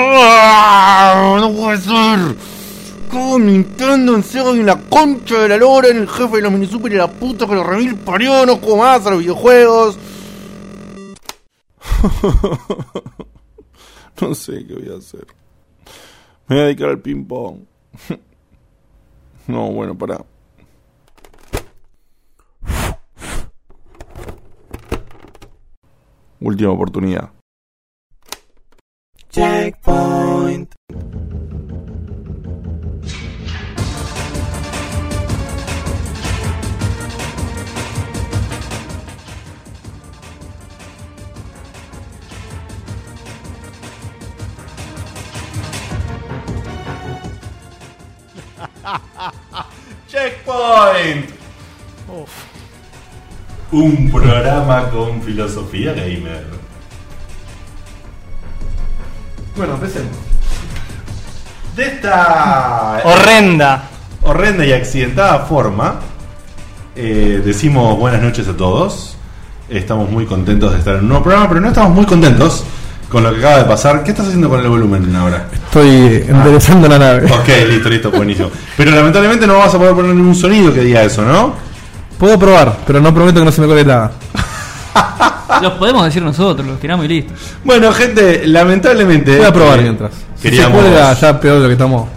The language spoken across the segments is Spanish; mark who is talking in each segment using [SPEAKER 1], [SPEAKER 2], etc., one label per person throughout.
[SPEAKER 1] ¡No! ¡No puede ser! ¿Cómo Nintendo en Sega y en la concha de la lora en el jefe de los mini super y la puta que lo remil parió? ¡No juego más a los videojuegos!
[SPEAKER 2] No sé qué voy a hacer. Me voy a dedicar al ping-pong. No, bueno, pará. Última oportunidad.
[SPEAKER 3] Checkpoint.
[SPEAKER 4] Checkpoint. Un programa con filosofía gamer. Bueno, empecemos. De esta
[SPEAKER 5] Horrenda.
[SPEAKER 4] horrenda y accidentada forma, eh, decimos buenas noches a todos. Estamos muy contentos de estar en un nuevo programa, pero no estamos muy contentos con lo que acaba de pasar. ¿Qué estás haciendo con el volumen ahora?
[SPEAKER 6] Estoy enderezando la nave.
[SPEAKER 4] Ok, listo, listo, buenísimo. Pero lamentablemente no vas a poder poner ningún sonido que diga eso, ¿no?
[SPEAKER 6] Puedo probar, pero no prometo que no se me cuele nada.
[SPEAKER 5] Los podemos decir nosotros, los tiramos y listo.
[SPEAKER 4] Bueno, gente, lamentablemente.
[SPEAKER 6] Voy a probar
[SPEAKER 4] eh,
[SPEAKER 6] mientras. Si se
[SPEAKER 4] Queríamos,
[SPEAKER 6] cuelga, ya peor de lo que estamos.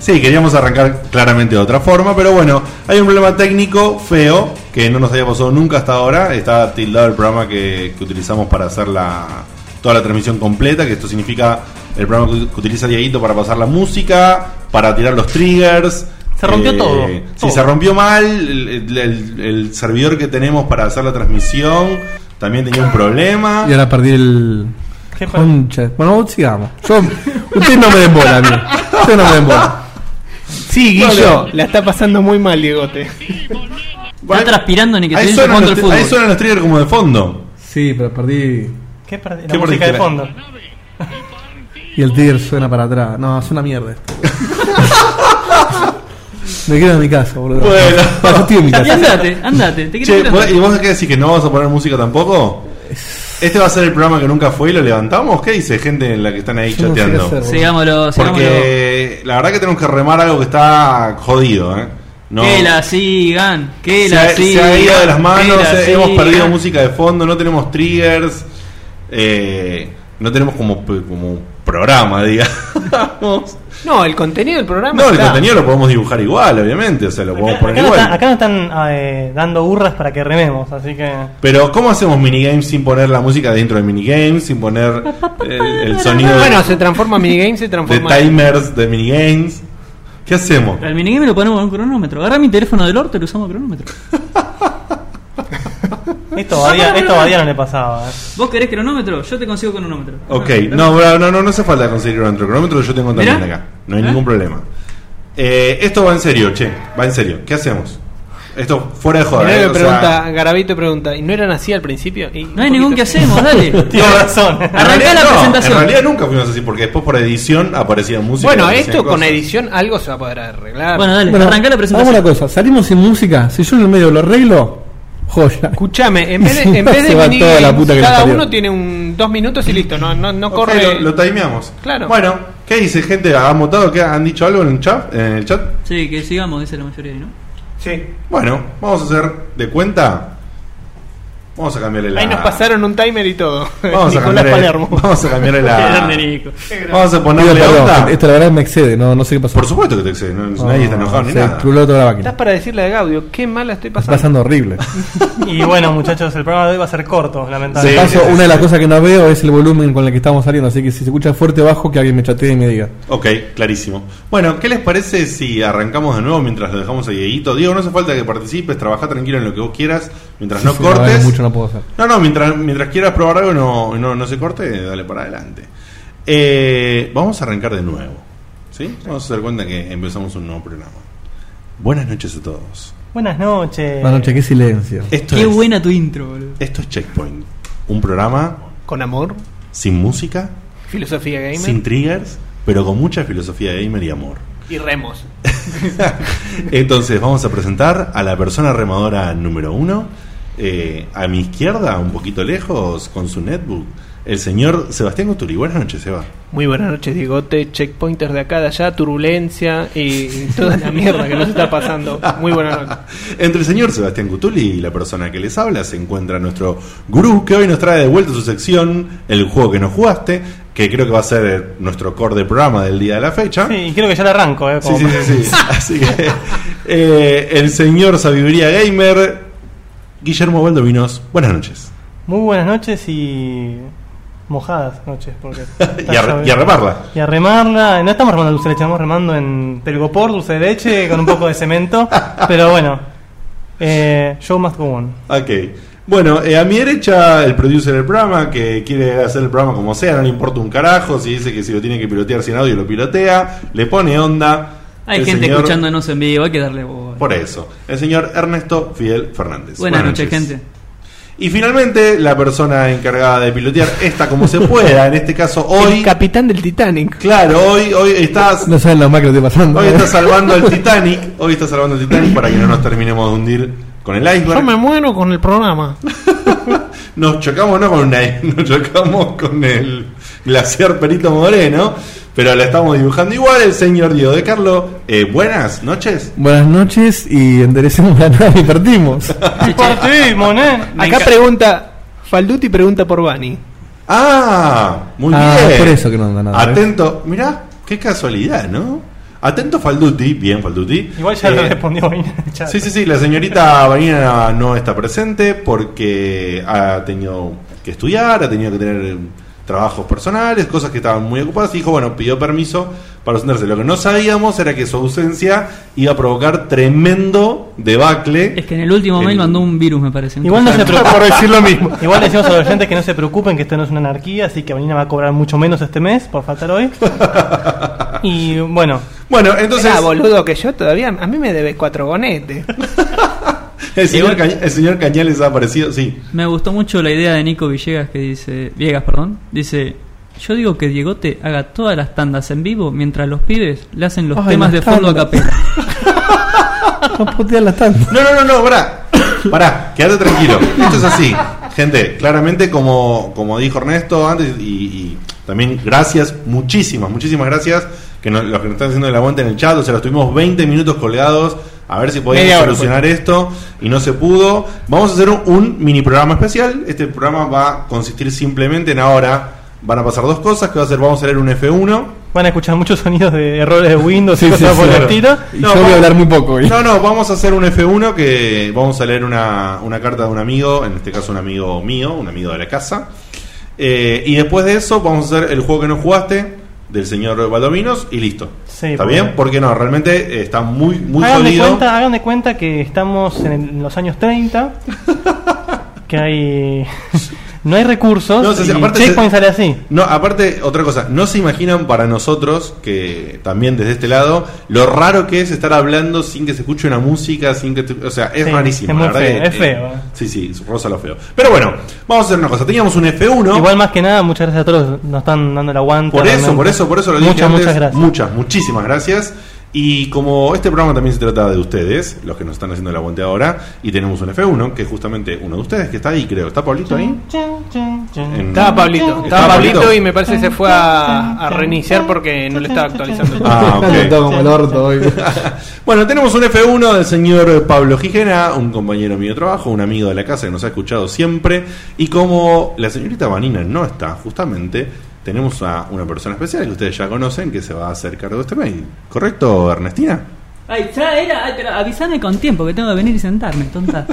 [SPEAKER 4] sí, queríamos arrancar claramente de otra forma, pero bueno, hay un problema técnico feo que no nos había pasado nunca hasta ahora. Está tildado el programa que, que utilizamos para hacer la, toda la transmisión completa, que esto significa el programa que, que utiliza Dieguito para pasar la música, para tirar los triggers. Eh,
[SPEAKER 5] Se rompió todo,
[SPEAKER 4] Sí,
[SPEAKER 5] todo.
[SPEAKER 4] se rompió mal. El, el- el- el servidor que tenemos para hacer la transmisión también tenía un problema.
[SPEAKER 6] Y ahora perdí el.
[SPEAKER 5] ¿Qué fue?
[SPEAKER 6] Concha. Bueno, sigamos. Yo... Ustedes no me den bola a mí. Ustedes no me den bola.
[SPEAKER 3] Sí, Guillo, la está pasando muy mal, Diegote.
[SPEAKER 5] No transpirando ni que
[SPEAKER 4] Ahí
[SPEAKER 5] se
[SPEAKER 4] suenan,
[SPEAKER 5] jugando el
[SPEAKER 4] los, tri- ahí
[SPEAKER 5] fútbol.
[SPEAKER 4] suenan los triggers como de fondo.
[SPEAKER 6] Sí, pero perdí.
[SPEAKER 7] ¿Qué perdí? La
[SPEAKER 4] ¿Qué
[SPEAKER 7] música
[SPEAKER 4] perdiste?
[SPEAKER 7] de fondo.
[SPEAKER 6] Y el tigre suena para atrás. No, es una mierda esto. me quedo en mi casa, boludo.
[SPEAKER 4] Bueno.
[SPEAKER 6] Pa, yo estoy en mi
[SPEAKER 5] Y
[SPEAKER 6] casa.
[SPEAKER 5] andate, andate, te
[SPEAKER 4] Che,
[SPEAKER 5] quiero
[SPEAKER 4] ¿vos- pues, ¿y vos qué decís que no vas a poner música tampoco? ¿Este va a ser el programa que nunca fue y lo levantamos? ¿Qué dice gente en la que están ahí
[SPEAKER 6] Yo no sé
[SPEAKER 4] chateando?
[SPEAKER 6] qué hacer.
[SPEAKER 5] Sigámoslo, sigámoslo.
[SPEAKER 4] Porque la verdad que tenemos que remar algo que está jodido, ¿eh? No,
[SPEAKER 5] Que la sigan, que
[SPEAKER 4] se,
[SPEAKER 5] la
[SPEAKER 4] ha- se
[SPEAKER 5] sigan.
[SPEAKER 4] ha ido de las manos,
[SPEAKER 5] que la
[SPEAKER 4] eh, hemos
[SPEAKER 5] sigan.
[SPEAKER 4] perdido música de fondo, no tenemos triggers, eh, no tenemos como, p- como programa, digamos.
[SPEAKER 3] No, el contenido del programa.
[SPEAKER 4] No, el
[SPEAKER 3] está.
[SPEAKER 4] contenido lo podemos dibujar igual, obviamente, o sea, lo podemos
[SPEAKER 7] Acá,
[SPEAKER 4] poner
[SPEAKER 7] acá no
[SPEAKER 4] igual.
[SPEAKER 7] están, acá no están, eh, dando burras para que rememos, así que.
[SPEAKER 4] Pero, ¿cómo hacemos minigames sin poner la música dentro de minigames? Sin poner eh, el, sonido de-
[SPEAKER 3] Bueno, se transforma en minigame, se
[SPEAKER 4] de,
[SPEAKER 3] transforma en. Eh,
[SPEAKER 4] timers de minigames. ¿Qué hacemos?
[SPEAKER 5] Al minigame lo ponemos en un cronómetro. Agarra mi teléfono del orto y lo usamos a cronómetro.
[SPEAKER 7] Esto a Badía, esto a Badía no le pasaba. eh.
[SPEAKER 5] ¿Vos querés cronómetro? Yo te consigo cronómetro.
[SPEAKER 4] Ok, no, no, no, no, no hace falta conseguir un cronómetro, yo tengo también
[SPEAKER 5] Mirá.
[SPEAKER 4] acá. No hay
[SPEAKER 5] ¿Eh?
[SPEAKER 4] ningún problema. Eh, esto va en serio, che, va en serio. ¿Qué hacemos? Esto fuera de joda.
[SPEAKER 3] Mirá
[SPEAKER 4] eh,
[SPEAKER 3] que
[SPEAKER 4] o sea,
[SPEAKER 3] pregunta, Garabito pregunta, ¿y no eran así al principio? Y
[SPEAKER 5] No hay
[SPEAKER 3] un
[SPEAKER 5] ningún que
[SPEAKER 3] poquito-
[SPEAKER 5] hacemos, dale.
[SPEAKER 7] Tiene razón.
[SPEAKER 4] en realidad
[SPEAKER 5] la
[SPEAKER 4] no,
[SPEAKER 5] presentación.
[SPEAKER 4] En realidad nunca fuimos así, porque después por edición aparecía música.
[SPEAKER 3] Bueno,
[SPEAKER 4] aparecían
[SPEAKER 3] esto con
[SPEAKER 4] cosas.
[SPEAKER 3] edición algo se va a poder arreglar.
[SPEAKER 5] Bueno, dale, arrancá la
[SPEAKER 6] Hagamos una
[SPEAKER 5] presentación.
[SPEAKER 6] cosa. Salimos sin música. Si yo en el medio lo arreglo, joya.
[SPEAKER 3] Escuchame, en vez de, en vez de
[SPEAKER 6] Se va
[SPEAKER 3] minigames,
[SPEAKER 6] toda la puta que
[SPEAKER 3] cada
[SPEAKER 6] nos parió.
[SPEAKER 3] uno tiene un dos minutos y listo, no, no, no
[SPEAKER 4] Ok,
[SPEAKER 3] corre.
[SPEAKER 4] lo, lo timeamos.
[SPEAKER 3] Claro.
[SPEAKER 4] Bueno, ¿qué dice gente? ¿Han votado? ¿Qué han dicho algo en el chat? En el chat?
[SPEAKER 5] Sí, que sigamos, dice la mayoría, ¿no?
[SPEAKER 7] Sí.
[SPEAKER 4] Bueno, vamos a hacer de cuenta. Vamos a cambiarle la.
[SPEAKER 3] Ahí nos pasaron un timer y todo.
[SPEAKER 4] Vamos a
[SPEAKER 3] Nicolás
[SPEAKER 4] cambiarle,
[SPEAKER 3] Palermo.
[SPEAKER 4] Vamos a cambiarle la.
[SPEAKER 5] Nico.
[SPEAKER 4] vamos a
[SPEAKER 6] Pido
[SPEAKER 4] ponerle
[SPEAKER 6] perdón,
[SPEAKER 4] onda.
[SPEAKER 6] Esto la verdad me excede. No, no sé qué pasó.
[SPEAKER 4] Por supuesto que te excede, no- Pues nadie está enojado ni
[SPEAKER 6] Ah, se
[SPEAKER 4] nada.
[SPEAKER 6] truló toda la
[SPEAKER 3] Estás
[SPEAKER 6] máquina.
[SPEAKER 3] para decirle a Gaudio, qué mala estoy
[SPEAKER 6] Está
[SPEAKER 3] pasando.
[SPEAKER 6] pasando horrible.
[SPEAKER 7] Y bueno, muchachos, el programa de hoy va a ser corto,
[SPEAKER 4] Sí,
[SPEAKER 7] lamentablemente.
[SPEAKER 6] Paso,
[SPEAKER 4] sí, sí,
[SPEAKER 6] una de las
[SPEAKER 4] sí.
[SPEAKER 6] cosas que no veo es el volumen con el que estamos saliendo. Así que si se escucha fuerte o bajo, que alguien me chatee y me diga.
[SPEAKER 4] Ok, clarísimo. Bueno, ¿qué les parece si arrancamos de nuevo mientras lo dejamos a Dieguito? Diego, no hace falta que participes, trabaja tranquilo en lo que vos quieras, mientras no
[SPEAKER 6] Sí, la verdad
[SPEAKER 4] cortes.
[SPEAKER 6] que mucho no puedo hacer.
[SPEAKER 4] No, no, mientras, mientras quieras probar algo y no, no, no se corte, dale para adelante. Eh, vamos a arrancar de nuevo. ¿Sí? Vamos a dar cuenta que empezamos un nuevo programa. Buenas noches a todos.
[SPEAKER 7] Buenas noches.
[SPEAKER 6] Buenas noches, qué silencio.
[SPEAKER 4] Esto,
[SPEAKER 5] Qué
[SPEAKER 4] es,
[SPEAKER 5] buena tu intro, boludo.
[SPEAKER 4] esto es Checkpoint. Un programa
[SPEAKER 3] Con amor,
[SPEAKER 4] sin música,
[SPEAKER 3] filosofía gamer
[SPEAKER 4] sin triggers, pero con mucha filosofía gamer y amor.
[SPEAKER 3] y remos.
[SPEAKER 4] Entonces vamos a presentar a la persona remadora número uno. eh, a mi izquierda, un poquito lejos, con su netbook, el señor Sebastián Guturi. Buenas noches, Seba.
[SPEAKER 3] Muy buenas noches, Diegote. Checkpointers de acá, de allá, turbulencia y toda la mierda que nos está pasando. Muy buenas noches.
[SPEAKER 4] Entre el señor Sebastián Cutuli y la persona que les habla se encuentra nuestro gurú que hoy nos trae de vuelta su sección, el juego que no jugaste, que creo que va a ser eh, nuestro core de programa del día de la fecha.
[SPEAKER 7] Sí, y creo que ya la arranco, ¿eh?
[SPEAKER 4] Sí,
[SPEAKER 7] como-
[SPEAKER 4] sí, sí, sí. Así que eh, el señor Sabiduría Gamer, Guillermo Valdovinos, buenas noches.
[SPEAKER 7] Muy buenas noches y. mojadas noches, porque.
[SPEAKER 4] Y a, y a remarla.
[SPEAKER 7] Y a remarla. No estamos remando dulce de leche, estamos remando en telgopor, dulce de leche, con un poco de cemento. pero bueno. Eh, show must go on.
[SPEAKER 4] Ok. Bueno, eh, a mi derecha el producer del programa, que quiere hacer el programa como sea, no le importa un carajo, si dice que si lo tiene que pilotear sin audio lo pilotea, le pone onda.
[SPEAKER 5] Hay
[SPEAKER 4] El
[SPEAKER 5] gente
[SPEAKER 4] señor-
[SPEAKER 5] escuchándonos en vivo, hay que darle bola.
[SPEAKER 4] Por eso, el señor Ernesto Fidel Fernández.
[SPEAKER 5] Buenas, noches, gente.
[SPEAKER 4] Y finalmente, la persona encargada de pilotear esta como se pueda, en este caso
[SPEAKER 3] El
[SPEAKER 4] hoy.
[SPEAKER 3] capitán del Titanic.
[SPEAKER 4] Claro, hoy, hoy estás.
[SPEAKER 6] No saben lo mal que lo estoy pasando.
[SPEAKER 4] Hoy
[SPEAKER 6] eh.
[SPEAKER 4] está salvando al Titanic. Hoy está salvando al Titanic para que no nos terminemos de hundir con el
[SPEAKER 3] Yo me
[SPEAKER 4] iceberg.
[SPEAKER 3] muero con el programa.
[SPEAKER 4] Nos chocamos no con una, nos chocamos con el glaciar Perito Moreno, pero la estamos dibujando igual el señor Diego de Carlo. Eh, buenas noches.
[SPEAKER 6] Buenas noches y enderecemos la nave y partimos.
[SPEAKER 7] Y partimos, ¿eh?
[SPEAKER 3] Acá pregunta. Falduti pregunta por Bani.
[SPEAKER 4] Ah, muy
[SPEAKER 6] Ah,
[SPEAKER 4] bien.
[SPEAKER 6] es por eso que no anda nada, ¿eh?
[SPEAKER 4] Atento, mirá, qué casualidad, ¿no? Atento Falduti, bien Falduti.
[SPEAKER 7] Igual ya
[SPEAKER 4] Eh,
[SPEAKER 7] lo respondió ahí en el chat.
[SPEAKER 4] Sí, sí, sí, la señorita Vanina no está presente porque ha tenido que estudiar, ha tenido que tener trabajos personales, cosas que estaban muy ocupadas, y dijo, bueno, pidió permiso para ausentarse. Lo que no sabíamos era que su ausencia iba a provocar tremendo debacle.
[SPEAKER 5] Es que en el último
[SPEAKER 4] El-
[SPEAKER 5] mail mandó un virus, me parece.
[SPEAKER 7] Igual no se preocupen.
[SPEAKER 4] decir lo mismo.
[SPEAKER 7] Igual decimos a los oyentes que no se preocupen, que esto no es una anarquía, así que Vanina va a cobrar mucho menos este mes por faltar hoy. Y bueno,
[SPEAKER 4] Bueno, entonces...
[SPEAKER 3] Ah, boludo, que yo todavía. A mí me debes cuatro gonetes.
[SPEAKER 4] El señor, Cañ- el señor Cañales ha aparecido, sí.
[SPEAKER 5] Me gustó mucho la idea de Nico Villegas que dice. Viegas, perdón. Dice. Yo digo que Diegote haga todas las tandas en vivo mientras los pibes le hacen los
[SPEAKER 6] Ay,
[SPEAKER 5] temas
[SPEAKER 6] las
[SPEAKER 5] de fondo a
[SPEAKER 6] tandas.
[SPEAKER 5] capela.
[SPEAKER 6] No putearlas tanto.
[SPEAKER 4] No, no, no, no, pará. Pará, quédate tranquilo. Esto es así. Gente, claramente como, como dijo Ernesto antes, y, y también gracias, muchísimas, muchísimas gracias, que nos- los que nos están haciendo el aguante en el chat, o sea, los tuvimos 20 minutos colgados, a ver si podíamos
[SPEAKER 3] Media hora, pues.
[SPEAKER 4] solucionar esto, y no se pudo. Vamos a hacer un, un mini programa especial. Este programa va a consistir simplemente en ahora, van a pasar dos cosas, que va a ser, vamos a leer un F1.
[SPEAKER 7] van a escuchar muchos sonidos de errores de Windows y
[SPEAKER 6] Sí, sí,
[SPEAKER 7] cosas por el
[SPEAKER 6] sí.
[SPEAKER 7] estilo.
[SPEAKER 6] Y
[SPEAKER 4] No,
[SPEAKER 6] yo voy
[SPEAKER 4] vamos-
[SPEAKER 6] a hablar muy poco hoy.
[SPEAKER 4] No, no, vamos a hacer un F1 que vamos a leer una, una carta de un amigo, en este caso un amigo mío, un amigo de la casa. Eh, y después de eso vamos a hacer el juego que no jugaste del señor Valdominos y listo.
[SPEAKER 7] Sí,
[SPEAKER 4] ¿Está
[SPEAKER 7] porque-
[SPEAKER 4] bien? Porque no, realmente eh, está muy, muy
[SPEAKER 7] hagan, de
[SPEAKER 4] sólido.
[SPEAKER 7] cuenta, hagan de cuenta que estamos en, el- en los años 30, que hay. no hay recursos.
[SPEAKER 4] No, o sea,
[SPEAKER 7] y
[SPEAKER 4] aparte
[SPEAKER 7] Checkpoint
[SPEAKER 4] se-
[SPEAKER 7] sale así.
[SPEAKER 4] No, aparte, otra cosa, no se imaginan para nosotros, que también desde este lado, lo raro que es estar hablando sin que se escuche una música, sin que... te- o sea, es
[SPEAKER 7] Sí,
[SPEAKER 4] rarísimo.
[SPEAKER 7] es muy
[SPEAKER 4] la verdad
[SPEAKER 7] feo,
[SPEAKER 4] que- eh,
[SPEAKER 7] es feo.
[SPEAKER 4] sí, sí, rosa lo feo. Pero bueno, vamos a hacer una cosa. Teníamos un F1.
[SPEAKER 7] Igual, más que nada, muchas gracias a todos. los que Nos están dando el aguante.
[SPEAKER 4] Por eso,
[SPEAKER 7] realmente.
[SPEAKER 4] por eso, por eso lo dije
[SPEAKER 7] Muchas,
[SPEAKER 4] antes.
[SPEAKER 7] muchas gracias.
[SPEAKER 4] Muchas, muchísimas gracias. Y como este programa también se trata de ustedes, los que nos están haciendo el aguante ahora, y tenemos un F1, que es justamente uno de ustedes que está ahí, creo. ¿Está Pablito ahí?
[SPEAKER 7] Chan, chan, chan.
[SPEAKER 4] En-
[SPEAKER 3] Estaba Pablito. Estaba
[SPEAKER 4] ¿Estaba
[SPEAKER 3] Pablito y me parece que se fue a, a reiniciar porque no le estaba actualizando.
[SPEAKER 4] Ah,
[SPEAKER 6] Está
[SPEAKER 4] ok.
[SPEAKER 6] todo como el orto hoy.
[SPEAKER 4] Bueno, tenemos un F1 del señor Pablo Gijena, un compañero mío de trabajo, un amigo de la casa que nos ha escuchado siempre. Y como la señorita Vanina no está, justamente, tenemos a una persona especial que ustedes ya conocen que se va a hacer cargo de este mail. ¿Correcto, Ernestina?
[SPEAKER 5] Ay, ya era, ay, pero avísame con tiempo que tengo que venir y sentarme, tonta.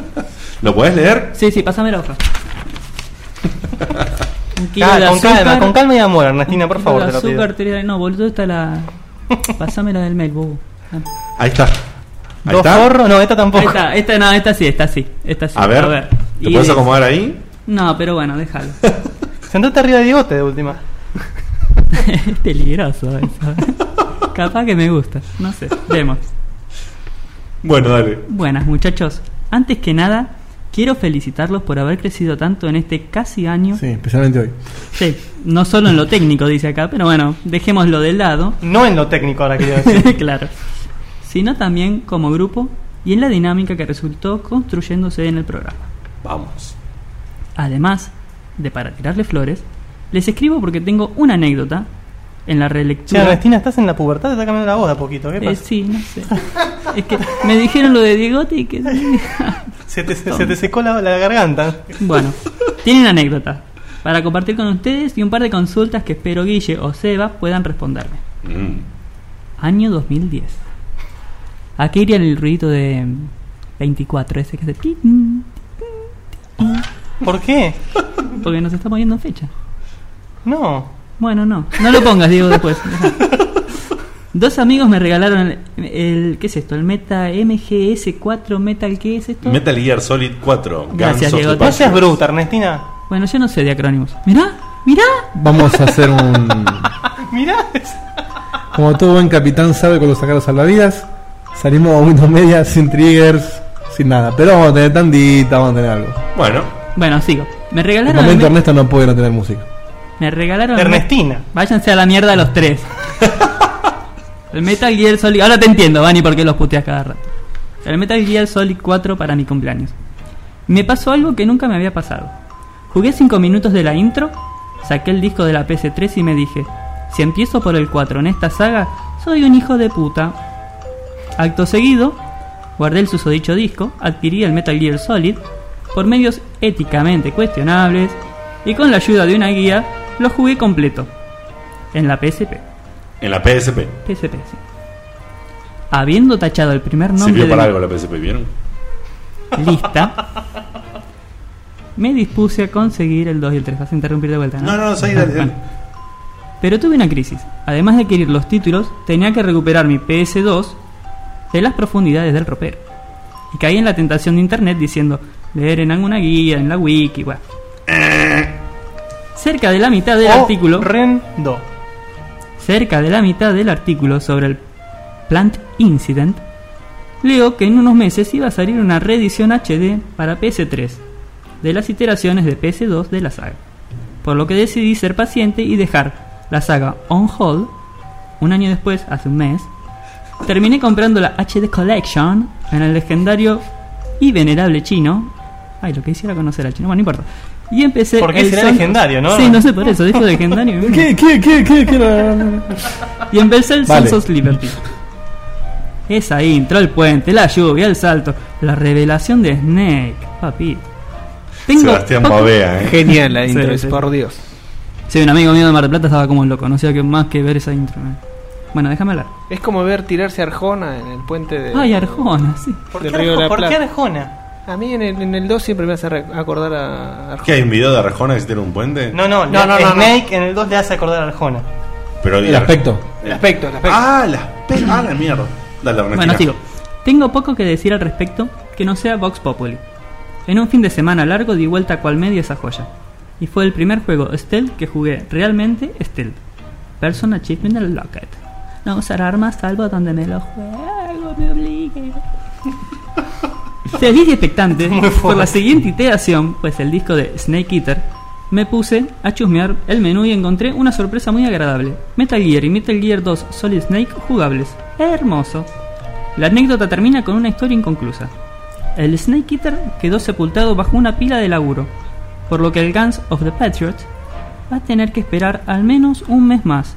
[SPEAKER 4] ¿Lo podés leer?
[SPEAKER 5] Sí, sí, pasame la hoja. Un kilo
[SPEAKER 7] Ca-
[SPEAKER 5] de
[SPEAKER 7] Ah, con
[SPEAKER 5] azúcar.
[SPEAKER 7] calma, con calma y amor,
[SPEAKER 5] Un
[SPEAKER 7] Ernestina, por
[SPEAKER 5] kilo
[SPEAKER 7] favor,
[SPEAKER 5] de
[SPEAKER 7] te lo pido.
[SPEAKER 5] azúcar, tres- No, boludo, está la. Pasame la del mail, bobo. Ah.
[SPEAKER 4] Ahí está. Ahí
[SPEAKER 7] ¿Dos forros? No, esta tampoco.
[SPEAKER 5] Esta, esta, no, esta sí, esta sí. Esta sí.
[SPEAKER 4] A ver, ¿lo
[SPEAKER 5] Y
[SPEAKER 4] puedes
[SPEAKER 5] de-
[SPEAKER 4] acomodar ahí?
[SPEAKER 5] No, pero bueno, déjalo.
[SPEAKER 7] Sentate arriba de Diegote de última.
[SPEAKER 5] es peligroso eso. ¿eh? Capaz que me gusta. No sé. Vemos.
[SPEAKER 4] Bueno, dale.
[SPEAKER 5] Buenas muchachos. Antes que nada, quiero felicitarlos por haber crecido tanto en este casi año.
[SPEAKER 6] Sí, especialmente hoy.
[SPEAKER 5] Sí, no solo en lo técnico, dice acá, pero bueno, dejémoslo de lado.
[SPEAKER 7] No en lo técnico ahora quería decir.
[SPEAKER 5] claro. Sino también como grupo y en la dinámica que resultó construyéndose en el programa.
[SPEAKER 4] Vamos.
[SPEAKER 5] Además de para tirarle flores, les escribo porque tengo una anécdota en la
[SPEAKER 7] Che,
[SPEAKER 5] relectura.
[SPEAKER 7] Ernestina, estás en la pubertad, te está cambiando la voz de a poquito. ¿Qué
[SPEAKER 5] Eh,
[SPEAKER 7] pasa?
[SPEAKER 5] sí, no sé. es que me dijeron lo de Diegote y que.
[SPEAKER 7] Se te, se te secó la, la garganta.
[SPEAKER 5] Bueno, tienen anécdota para compartir con ustedes y un par de consultas que espero Guille o Seba puedan responderme.
[SPEAKER 4] Mm.
[SPEAKER 5] Año 2010. Aquí iría el ruidito de mm, 24, ese que hace ti, mm,
[SPEAKER 7] ¿Por qué?
[SPEAKER 5] porque nos está moviendo en fecha.
[SPEAKER 7] No.
[SPEAKER 5] Bueno, no, no lo pongas, Diego, después. Dejá. Dos amigos me regalaron el, el- ¿qué es esto? El Meta MGS4 Metal, ¿qué es esto?
[SPEAKER 4] Metal Gear Solid 4. Guns
[SPEAKER 5] Gracias,
[SPEAKER 4] of the
[SPEAKER 5] Diego.
[SPEAKER 7] No
[SPEAKER 4] Past.
[SPEAKER 7] seas bruta, Ernestina.
[SPEAKER 5] Bueno, yo no sé de acrónimos. Mirá, mirá.
[SPEAKER 6] Vamos a hacer un.
[SPEAKER 7] Mirá.
[SPEAKER 6] Como todo buen capitán sabe con los sacaros salvavidas, salimos a Windows Media sin triggers, sin nada. Pero vamos a tener tandita, vamos a tener algo.
[SPEAKER 4] Bueno,
[SPEAKER 5] Bueno, sigo. Me
[SPEAKER 6] De
[SPEAKER 5] regalaron el
[SPEAKER 6] momento
[SPEAKER 5] me-
[SPEAKER 6] Ernesto no puede no tener música.
[SPEAKER 5] Me regalaron el
[SPEAKER 7] Ernestina.
[SPEAKER 5] Váyanse a la mierda los tres. el Metal Gear Solid. Ahora te entiendo, Vani, por qué los puteas cada rato. El Metal Gear Solid 4 para mi cumpleaños. Me pasó algo que nunca me había pasado. Jugué 5 minutos de la intro, saqué el disco de la PS3 y me dije: Si empiezo por el 4 en esta saga, soy un hijo de puta. Acto seguido, guardé el susodicho disco, adquirí el Metal Gear Solid por medios éticamente cuestionables y con la ayuda de una guía lo jugué completo en la PSP.
[SPEAKER 4] en la PSP.
[SPEAKER 5] PSP, sí. Habiendo tachado el primer nombre
[SPEAKER 4] Sirvió para
[SPEAKER 5] de
[SPEAKER 4] algo la PSP, ¿vieron?
[SPEAKER 5] mi lista, me dispuse a conseguir el 2 y el 3. Vas a interrumpir de vuelta, ¿no?
[SPEAKER 4] No, no, no, seguí, dale, dale.
[SPEAKER 5] Bueno. Pero tuve una crisis. Además de adquirir los títulos, tenía que recuperar mi PS2 de las profundidades del ropero. Y caí en la tentación de internet diciendo leer en alguna guía, en la wiki, bueno.
[SPEAKER 4] Eh.
[SPEAKER 5] Cerca de la mitad
[SPEAKER 4] Oh,
[SPEAKER 5] del artículo.
[SPEAKER 7] Rendo.
[SPEAKER 5] Cerca de la mitad del artículo sobre el Plant Incident, leo que en unos meses iba a salir una reedición HD para PS3 de las iteraciones de PS2 de la saga, por lo que decidí ser paciente y dejar la saga on hold. Un año después, hace un mes, terminé comprando la HD Collection en el legendario y venerable chino. Ay, lo que hiciera conocer al chino, bueno, no importa. Y empecé.
[SPEAKER 7] ¿Por qué
[SPEAKER 5] el
[SPEAKER 7] será
[SPEAKER 5] son-
[SPEAKER 7] legendario, no?
[SPEAKER 5] Sí, no sé por eso, dijo legendario. y-
[SPEAKER 6] ¿Qué, qué, qué, qué, qué? No, no, no.
[SPEAKER 5] y empecé el
[SPEAKER 6] Vale.
[SPEAKER 5] Sons of Liberty. Esa intro, el puente, la lluvia, el salto, la revelación de Snake, papi.
[SPEAKER 4] Sebastián
[SPEAKER 5] poco-
[SPEAKER 4] Babea, ¿eh?
[SPEAKER 3] Genial la intro,
[SPEAKER 5] Sí,
[SPEAKER 3] es
[SPEAKER 5] sí.
[SPEAKER 3] por Dios.
[SPEAKER 5] Sí, un amigo mío de Mar del Plata estaba como un loco, no sé qué más que ver esa intro. eh. Bueno, déjame hablar.
[SPEAKER 3] Es como ver tirarse Arjona en el puente
[SPEAKER 8] Eh,
[SPEAKER 3] de.
[SPEAKER 5] Ay, Arjona, sí.
[SPEAKER 7] ¿Por qué,
[SPEAKER 3] Del Río de
[SPEAKER 7] Arjo-
[SPEAKER 3] la
[SPEAKER 7] ¿por qué
[SPEAKER 3] Plata.
[SPEAKER 7] Arjona?
[SPEAKER 3] A mí en el, en el 2 siempre me hace re- acordar a Arjona.
[SPEAKER 4] ¿Qué hay un video de Arjona que se tiene un puente?
[SPEAKER 7] No, no,
[SPEAKER 3] No, no, no,
[SPEAKER 7] Snake en el 2 le hace acordar a Arjona.
[SPEAKER 4] Pero
[SPEAKER 6] El aspecto.
[SPEAKER 3] El aspecto, el aspecto.
[SPEAKER 4] Ah, el aspecto. Ah, la mierda. Dale, Ernestina.
[SPEAKER 5] Bueno, sigo. Tengo poco que decir al respecto que no sea Vox Populi. En un fin de semana largo di vuelta cual medio esa joya. Y fue el primer juego stealth que jugué realmente stealth. Person Achievement Locket. No usar armas salvo donde me lo juego, me obligue. Seguí expectante por la siguiente iteración, pues el disco de Snake Eater, me puse a chusmear el menú y encontré una sorpresa muy agradable. Metal Gear y Metal Gear 2 Solid Snake jugables. Hermoso. La anécdota termina con una historia inconclusa. El Snake Eater quedó sepultado bajo una pila de laburo, por lo que el Guns of the Patriots va a tener que esperar al menos un mes más.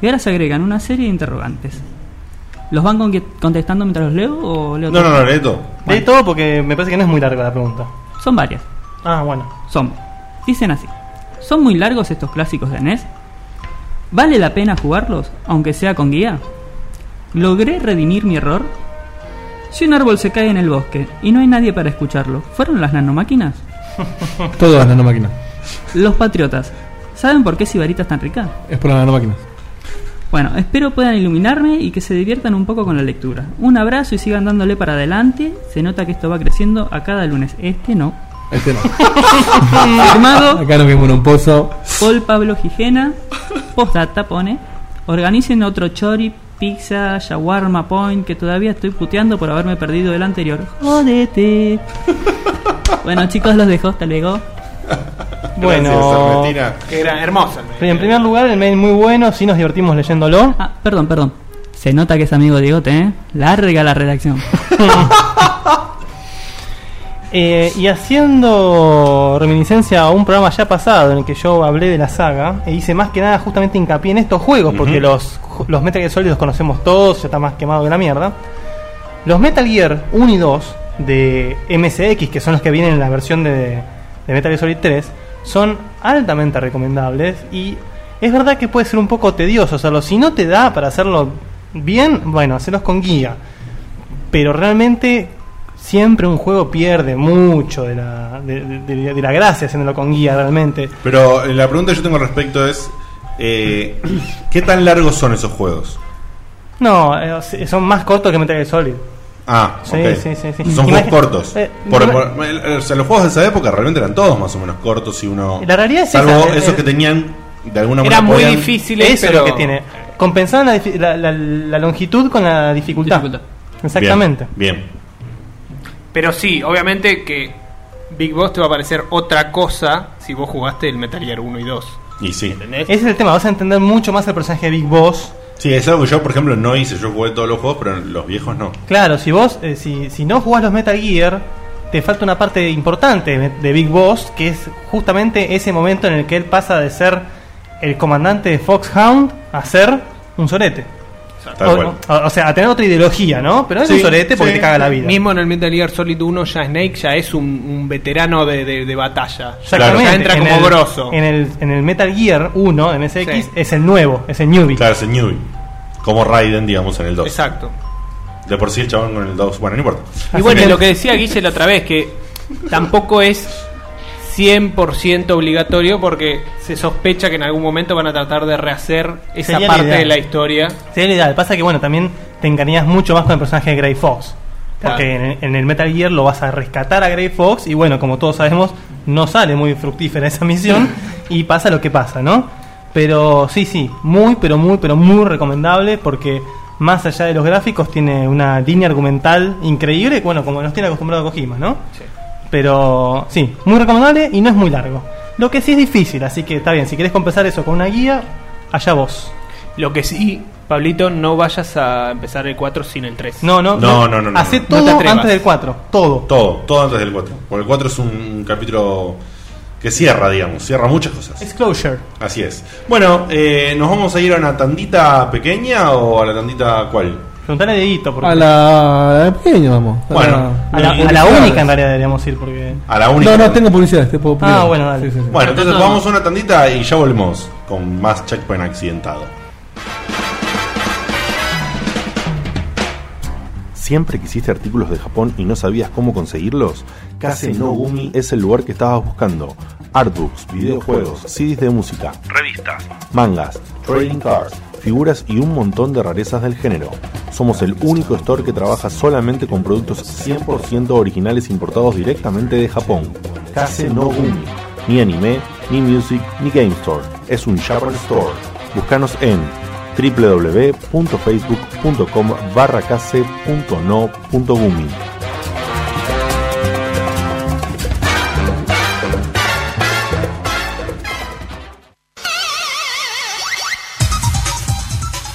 [SPEAKER 5] Y ahora se agregan una serie de interrogantes. ¿Los van con- contestando mientras los leo o leo
[SPEAKER 4] No,
[SPEAKER 5] todo?
[SPEAKER 4] no, no, Leto.
[SPEAKER 7] De todo porque me parece que no es muy larga la pregunta.
[SPEAKER 5] Son varias.
[SPEAKER 7] Ah, bueno.
[SPEAKER 5] Son, dicen así, ¿son muy largos estos clásicos de NES? ¿Vale la pena jugarlos, aunque sea con guía? ¿Logré redimir mi error? Si un árbol se cae en el bosque y no hay nadie para escucharlo, ¿fueron las nanomáquinas?
[SPEAKER 6] Todo es nanomáquina.
[SPEAKER 5] Los patriotas, ¿saben por qué Sibarita es tan rica?
[SPEAKER 6] Es por las nanomáquinas.
[SPEAKER 5] Bueno, espero puedan iluminarme y que se diviertan un poco con la lectura. Un abrazo y sigan dándole para adelante. Se nota que esto va creciendo a cada lunes. Este no.
[SPEAKER 6] Este no.
[SPEAKER 5] Firmado
[SPEAKER 6] Acá nos vimos en un pozo.
[SPEAKER 5] Paul Pablo Gijena, postdata pone, organicen otro chori, pizza, shawarma point, que todavía estoy puteando por haberme perdido el anterior. Jodete. bueno chicos, los dejo, hasta luego.
[SPEAKER 7] Bueno.
[SPEAKER 4] Gracias, Ernestina.
[SPEAKER 3] Que era hermosa.
[SPEAKER 7] En primer lugar, el mail muy bueno, sí nos divertimos leyéndolo.
[SPEAKER 5] Ah, perdón, perdón. Se nota que es amigo de Diegote, ¿eh? Larga la redacción.
[SPEAKER 7] Eh, y haciendo reminiscencia a un programa ya pasado en el que yo hablé de la saga, e hice más que nada justamente hincapié en estos juegos, porque los, ju- los Metal Gear Solid los conocemos todos, ya está más quemado que la mierda. Los Metal Gear 1 y 2 de MSX, que son los que vienen en la versión de, de Metal Gear Solid 3, son altamente recomendables y es verdad que puede ser un poco tedioso hacerlo. Si no te da para hacerlo bien, bueno, hacerlos con guía. Pero realmente siempre un juego pierde mucho de la, de, de- de- de la gracia haciéndolo con guía realmente.
[SPEAKER 4] Pero eh, la pregunta que yo tengo al respecto es: eh, ¿qué tan largos son esos juegos?
[SPEAKER 7] No, eh, s- son más cortos que Metal Gear Solid.
[SPEAKER 4] Ah,
[SPEAKER 7] Sí,
[SPEAKER 4] ok.
[SPEAKER 7] sí, sí, sí.
[SPEAKER 4] Son
[SPEAKER 7] Imagi-
[SPEAKER 4] juegos cortos.
[SPEAKER 7] eh,
[SPEAKER 4] Por-
[SPEAKER 7] no-
[SPEAKER 4] por- eh, o sea, los juegos de esa época realmente eran todos más o menos cortos y uno.
[SPEAKER 7] La realidad es
[SPEAKER 4] salvo
[SPEAKER 7] esa, eh,
[SPEAKER 4] esos
[SPEAKER 7] eh,
[SPEAKER 4] que tenían de alguna manera.
[SPEAKER 8] Era muy
[SPEAKER 4] podían-
[SPEAKER 8] difícil
[SPEAKER 7] Eso es lo que tiene. Compensaban la, difi- la- la- la longitud con la dificultad.
[SPEAKER 5] Dificultad.
[SPEAKER 7] Exactamente.
[SPEAKER 4] Bien. bien.
[SPEAKER 8] Pero sí, obviamente que Big Boss te va a parecer otra cosa si vos jugaste el Metal Gear 1 y 2.
[SPEAKER 4] Y sí.
[SPEAKER 8] ¿Entendés?
[SPEAKER 7] Ese es el tema, vas a entender mucho más el personaje de Big Boss.
[SPEAKER 4] Sí, es algo que yo, por ejemplo, no hice. Yo jugué todos los juegos, pero los viejos no.
[SPEAKER 7] Claro, si vos, eh, si, si no jugás los Metal Gear, te falta una parte importante de- de Big Boss, que es justamente ese momento en el que él pasa de ser el comandante de Foxhound a ser un sorete.
[SPEAKER 4] Tal
[SPEAKER 7] o,
[SPEAKER 4] cual.
[SPEAKER 7] o- o sea, a tener otra ideología, ¿no? Pero es un
[SPEAKER 4] Sí,
[SPEAKER 7] sorete porque
[SPEAKER 4] sí.
[SPEAKER 7] te caga la vida.
[SPEAKER 8] Mismo en el Metal Gear Solid 1, ya Snake ya es un, un veterano de, de- de batalla. Ya,
[SPEAKER 7] Exactamente.
[SPEAKER 8] ya entra
[SPEAKER 7] En
[SPEAKER 8] como
[SPEAKER 7] el-
[SPEAKER 8] grosso.
[SPEAKER 7] En el, en el Metal Gear 1, en SX,
[SPEAKER 8] Sí.
[SPEAKER 7] es el nuevo, es el newbie.
[SPEAKER 4] Claro, es el newbie. Como Raiden, digamos, en el 2.
[SPEAKER 8] Exacto.
[SPEAKER 4] De por sí el chabón con el 2. Bueno, no importa.
[SPEAKER 8] Y bueno, y lo que decía Guille la otra vez, que tampoco es 100% obligatorio porque se sospecha que en algún momento van a tratar de rehacer esa
[SPEAKER 7] Sería la
[SPEAKER 8] parte
[SPEAKER 7] idea.
[SPEAKER 8] de la historia.
[SPEAKER 7] Sí, la idea. Pasa que, bueno, también te encariñas mucho más con el personaje de Grey Fox. Porque
[SPEAKER 8] Claro.
[SPEAKER 7] en, en el Metal Gear lo vas a rescatar a Grey Fox y, bueno, como todos sabemos, no sale muy fructífera esa misión y pasa lo que pasa, ¿no? Pero sí, sí, muy, pero muy, pero muy recomendable porque más allá de los gráficos tiene una línea argumental increíble, bueno, como nos tiene acostumbrado Kojima, ¿no? Pero sí, muy recomendable y no es muy largo. Lo que sí es difícil, así que está bien, si querés compensar eso con una guía, allá vos.
[SPEAKER 8] Lo que sí, Pablito, no vayas a empezar el 4 sin el 3.
[SPEAKER 7] No, no,
[SPEAKER 4] No, no, no, no,
[SPEAKER 7] Hacé
[SPEAKER 4] no.
[SPEAKER 8] No te
[SPEAKER 7] todo
[SPEAKER 8] atrevas.
[SPEAKER 7] antes del 4. Todo.
[SPEAKER 4] Todo, todo antes del 4. Porque el 4 es un capítulo que cierra, digamos. Cierra muchas cosas.
[SPEAKER 7] Disclosure.
[SPEAKER 4] Así es. Bueno, eh, ¿nos vamos a ir a una tandita pequeña o a la tandita cuál?
[SPEAKER 7] Preguntale a Dieguito. Porque
[SPEAKER 6] A la, a la de pequeño, vamos. A
[SPEAKER 4] Bueno,
[SPEAKER 6] la-
[SPEAKER 7] a la, a la única en realidad deberíamos ir porque.
[SPEAKER 4] A la única.
[SPEAKER 6] No, no, tengo publicidad. Este puedo
[SPEAKER 7] Ah,
[SPEAKER 6] primero.
[SPEAKER 7] bueno, dale.
[SPEAKER 4] Bueno, entonces vamos a una tandita y ya volvemos con más checkpoint accidentado.
[SPEAKER 9] ¿Siempre quisiste artículos de Japón y no sabías cómo conseguirlos? Kase no Gumi es el lugar que estabas buscando. Artbooks, videojuegos, CDs de música, revistas, mangas, trading cards, figuras y un montón de rarezas del género. Somos el único store que trabaja solamente con productos 100% originales importados directamente de Japón. Kase no Gumi. Ni anime, ni music, ni game store. Es un Japan store. Búscanos en www.facebook.com barra case.no.gumi.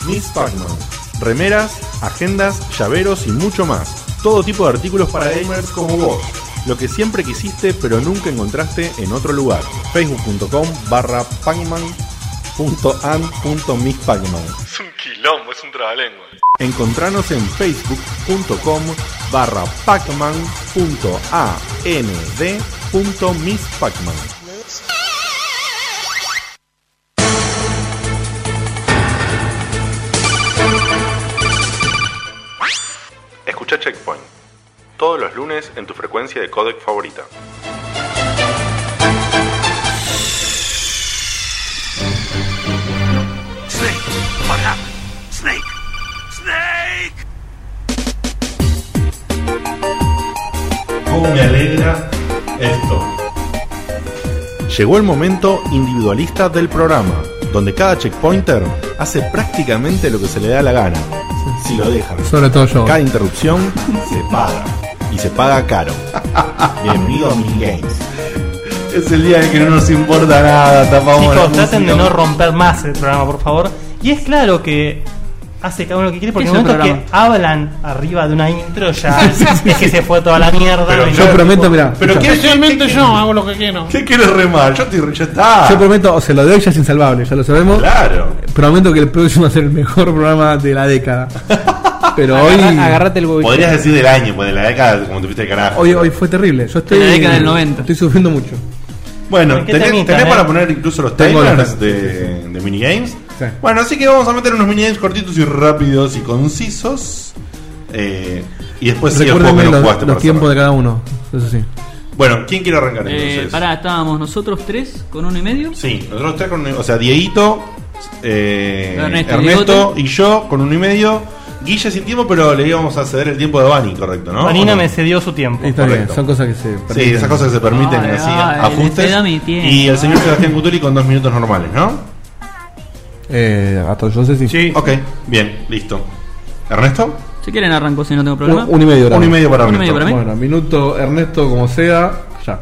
[SPEAKER 4] Miss Pac-Man. Remeras, agendas, llaveros y mucho más. Todo tipo de artículos para gamers como vos. Lo que siempre quisiste pero nunca encontraste en otro lugar. Facebook.com barra pacman.an.misspacman. Es un quilombo, es un trabalenguas. Encontranos en facebook.com barra pacman.and.misspacman. Escucha Checkpoint. Todos los lunes en tu frecuencia de codec favorita. ¿Cómo me alegra esto? Llegó el momento individualista del programa, donde cada checkpointer hace prácticamente lo que se le da la gana. Si lo dejan.
[SPEAKER 6] Sobre todo yo.
[SPEAKER 4] Cada interrupción se paga. Y se paga caro. Bienvenido a Mini Games. Es el día en que no nos importa nada, tapamos
[SPEAKER 7] Chicos, traten de no romper más el programa, por favor. Y es claro que hace cada uno lo que quiere, porque
[SPEAKER 5] ¿Qué
[SPEAKER 7] en el
[SPEAKER 5] es el
[SPEAKER 7] momento que hablan arriba de una intro ya es que se fue toda la mierda.
[SPEAKER 4] Pero
[SPEAKER 7] y
[SPEAKER 4] yo
[SPEAKER 6] Yo
[SPEAKER 7] no-
[SPEAKER 6] prometo, mira.
[SPEAKER 4] Pero ¿qué,
[SPEAKER 8] Especialmente yo hago lo que quiero.
[SPEAKER 4] qué quieres remar? Yo estoy, ya está.
[SPEAKER 6] Yo prometo, o sea, lo de hoy ya es insalvable, ya lo sabemos.
[SPEAKER 4] Claro.
[SPEAKER 6] Prometo que el próximo va a ser el mejor programa de la década. Pero hoy,
[SPEAKER 3] Agarra- agarrate el huevito.
[SPEAKER 4] Podrías decir del año, pues de la década, como tuviste el carajo.
[SPEAKER 6] hoy, hoy fue terrible. Yo estoy,
[SPEAKER 5] De la década del 90.
[SPEAKER 6] estoy sufriendo mucho.
[SPEAKER 4] Bueno,
[SPEAKER 7] ¿Con qué
[SPEAKER 4] ¿tenés,
[SPEAKER 7] temita,
[SPEAKER 4] tenés
[SPEAKER 7] eh?
[SPEAKER 4] para poner incluso los
[SPEAKER 6] Tengo
[SPEAKER 4] timers
[SPEAKER 6] los
[SPEAKER 4] de, de minigames?
[SPEAKER 6] Sí.
[SPEAKER 4] Bueno, así que vamos a meter unos minigames cortitos y rápidos y concisos. Eh, y después sí, el juego que no
[SPEAKER 6] Recuérdenme los,
[SPEAKER 4] jugaste
[SPEAKER 6] los
[SPEAKER 4] para
[SPEAKER 6] tiempos de
[SPEAKER 4] cerrar.
[SPEAKER 6] cada uno. Eso sí.
[SPEAKER 4] Bueno, ¿quién quiere arrancar
[SPEAKER 5] Eh,
[SPEAKER 4] entonces?
[SPEAKER 5] pará, estábamos nosotros tres con uno y medio.
[SPEAKER 4] Sí, nosotros tres con O sea, Dieguito, eh, Ernesto,
[SPEAKER 5] Ernesto,
[SPEAKER 4] y yo con uno y medio. Guille sin tiempo, pero le íbamos a ceder el tiempo de Bani, correcto, ¿no?
[SPEAKER 7] Vanina
[SPEAKER 4] ¿O no?
[SPEAKER 7] me cedió su tiempo.
[SPEAKER 6] Y está
[SPEAKER 4] correcto.
[SPEAKER 6] bien, son cosas que se
[SPEAKER 4] Sí,
[SPEAKER 6] permiten.
[SPEAKER 4] esas cosas que se permiten
[SPEAKER 5] Ay,
[SPEAKER 4] así,
[SPEAKER 5] ay,
[SPEAKER 4] ajustes.
[SPEAKER 5] le da mi tiempo.
[SPEAKER 4] Y el señor Sebastián Cutuli con dos minutos normales, ¿no?
[SPEAKER 6] Eh, hasta yo sé si.
[SPEAKER 7] Sí.
[SPEAKER 4] Ok, bien, listo. ¿Ernesto?
[SPEAKER 5] Si quieren arranco si no tengo
[SPEAKER 6] Un,
[SPEAKER 5] problema.
[SPEAKER 6] un y medio, ahora.
[SPEAKER 4] Un y medio para
[SPEAKER 5] Uno y
[SPEAKER 4] Ernesto.
[SPEAKER 5] medio para mí.
[SPEAKER 6] Bueno, minuto Ernesto, como sea, ya.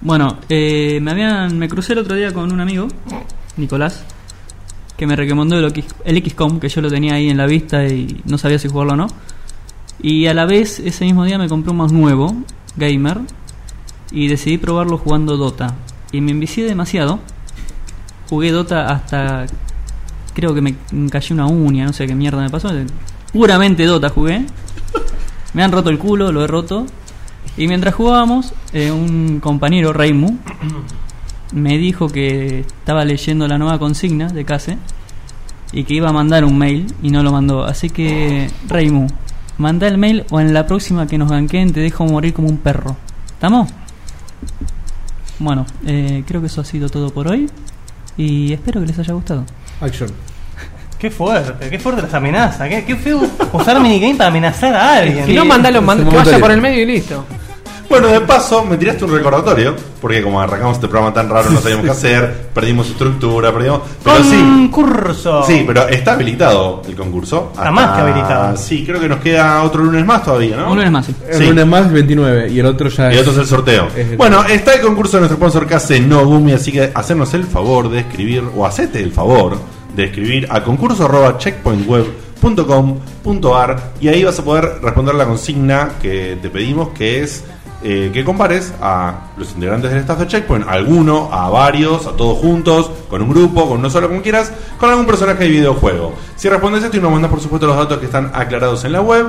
[SPEAKER 5] Bueno, eh, me habían me crucé el otro día con un amigo, Nicolás, que me recomendó el, X- el XCOM, que yo lo tenía ahí en la vista y no sabía si jugarlo o no. Y a la vez, ese mismo día me compré un más nuevo, gamer, y decidí probarlo jugando Dota. Y me envicié demasiado. Jugué Dota hasta... Creo que me cayó una uña, no sé qué mierda me pasó. Puramente Dota jugué. Me han roto el culo, lo he roto. Y mientras jugábamos, eh, un compañero, Reimu, me dijo que estaba leyendo la nueva consigna de Case y que iba a mandar un mail y no lo mandó. Así que, Reimu, manda el mail o en la próxima que nos ganqueen te dejo morir como un perro. ¿Estamos? Bueno, eh, creo que eso ha sido todo por hoy y espero que les haya gustado.
[SPEAKER 6] Action.
[SPEAKER 7] Qué fuerte, qué fuerte las amenazas. Qué, qué feo usar minigame para amenazar a alguien.
[SPEAKER 3] Si no, mandalo, mand-
[SPEAKER 6] es
[SPEAKER 3] que vaya
[SPEAKER 6] momentario.
[SPEAKER 3] por el medio y listo.
[SPEAKER 4] Bueno, de paso, me tiraste un recordatorio, porque como arrancamos este programa tan raro, no sabíamos qué hacer, perdimos estructura, perdimos. Pero sí,
[SPEAKER 7] Concurso.
[SPEAKER 4] sí, pero está habilitado el concurso.
[SPEAKER 7] Está más que habilitado.
[SPEAKER 4] Sí, creo que nos queda otro lunes más todavía, ¿no?
[SPEAKER 5] Un lunes más. sí.
[SPEAKER 6] El
[SPEAKER 4] Sí.
[SPEAKER 6] lunes más 29 y el otro ya
[SPEAKER 4] Y
[SPEAKER 6] es.
[SPEAKER 4] otro es el sorteo.
[SPEAKER 6] Es el-
[SPEAKER 4] Bueno, está el concurso de nuestro sponsor Case Nogumi, así que hacernos el favor de escribir, o hacete el favor de escribir a concurso.checkpointweb.com.ar y ahí vas a poder responder la consigna que te pedimos, que es eh, que compares a los integrantes del staff de Checkpoint, a alguno, a varios, a todos juntos, con un grupo, con uno solo, como quieras, con algún personaje de videojuego. Si respondes esto y nos mandas, por supuesto, los datos que están aclarados en la web,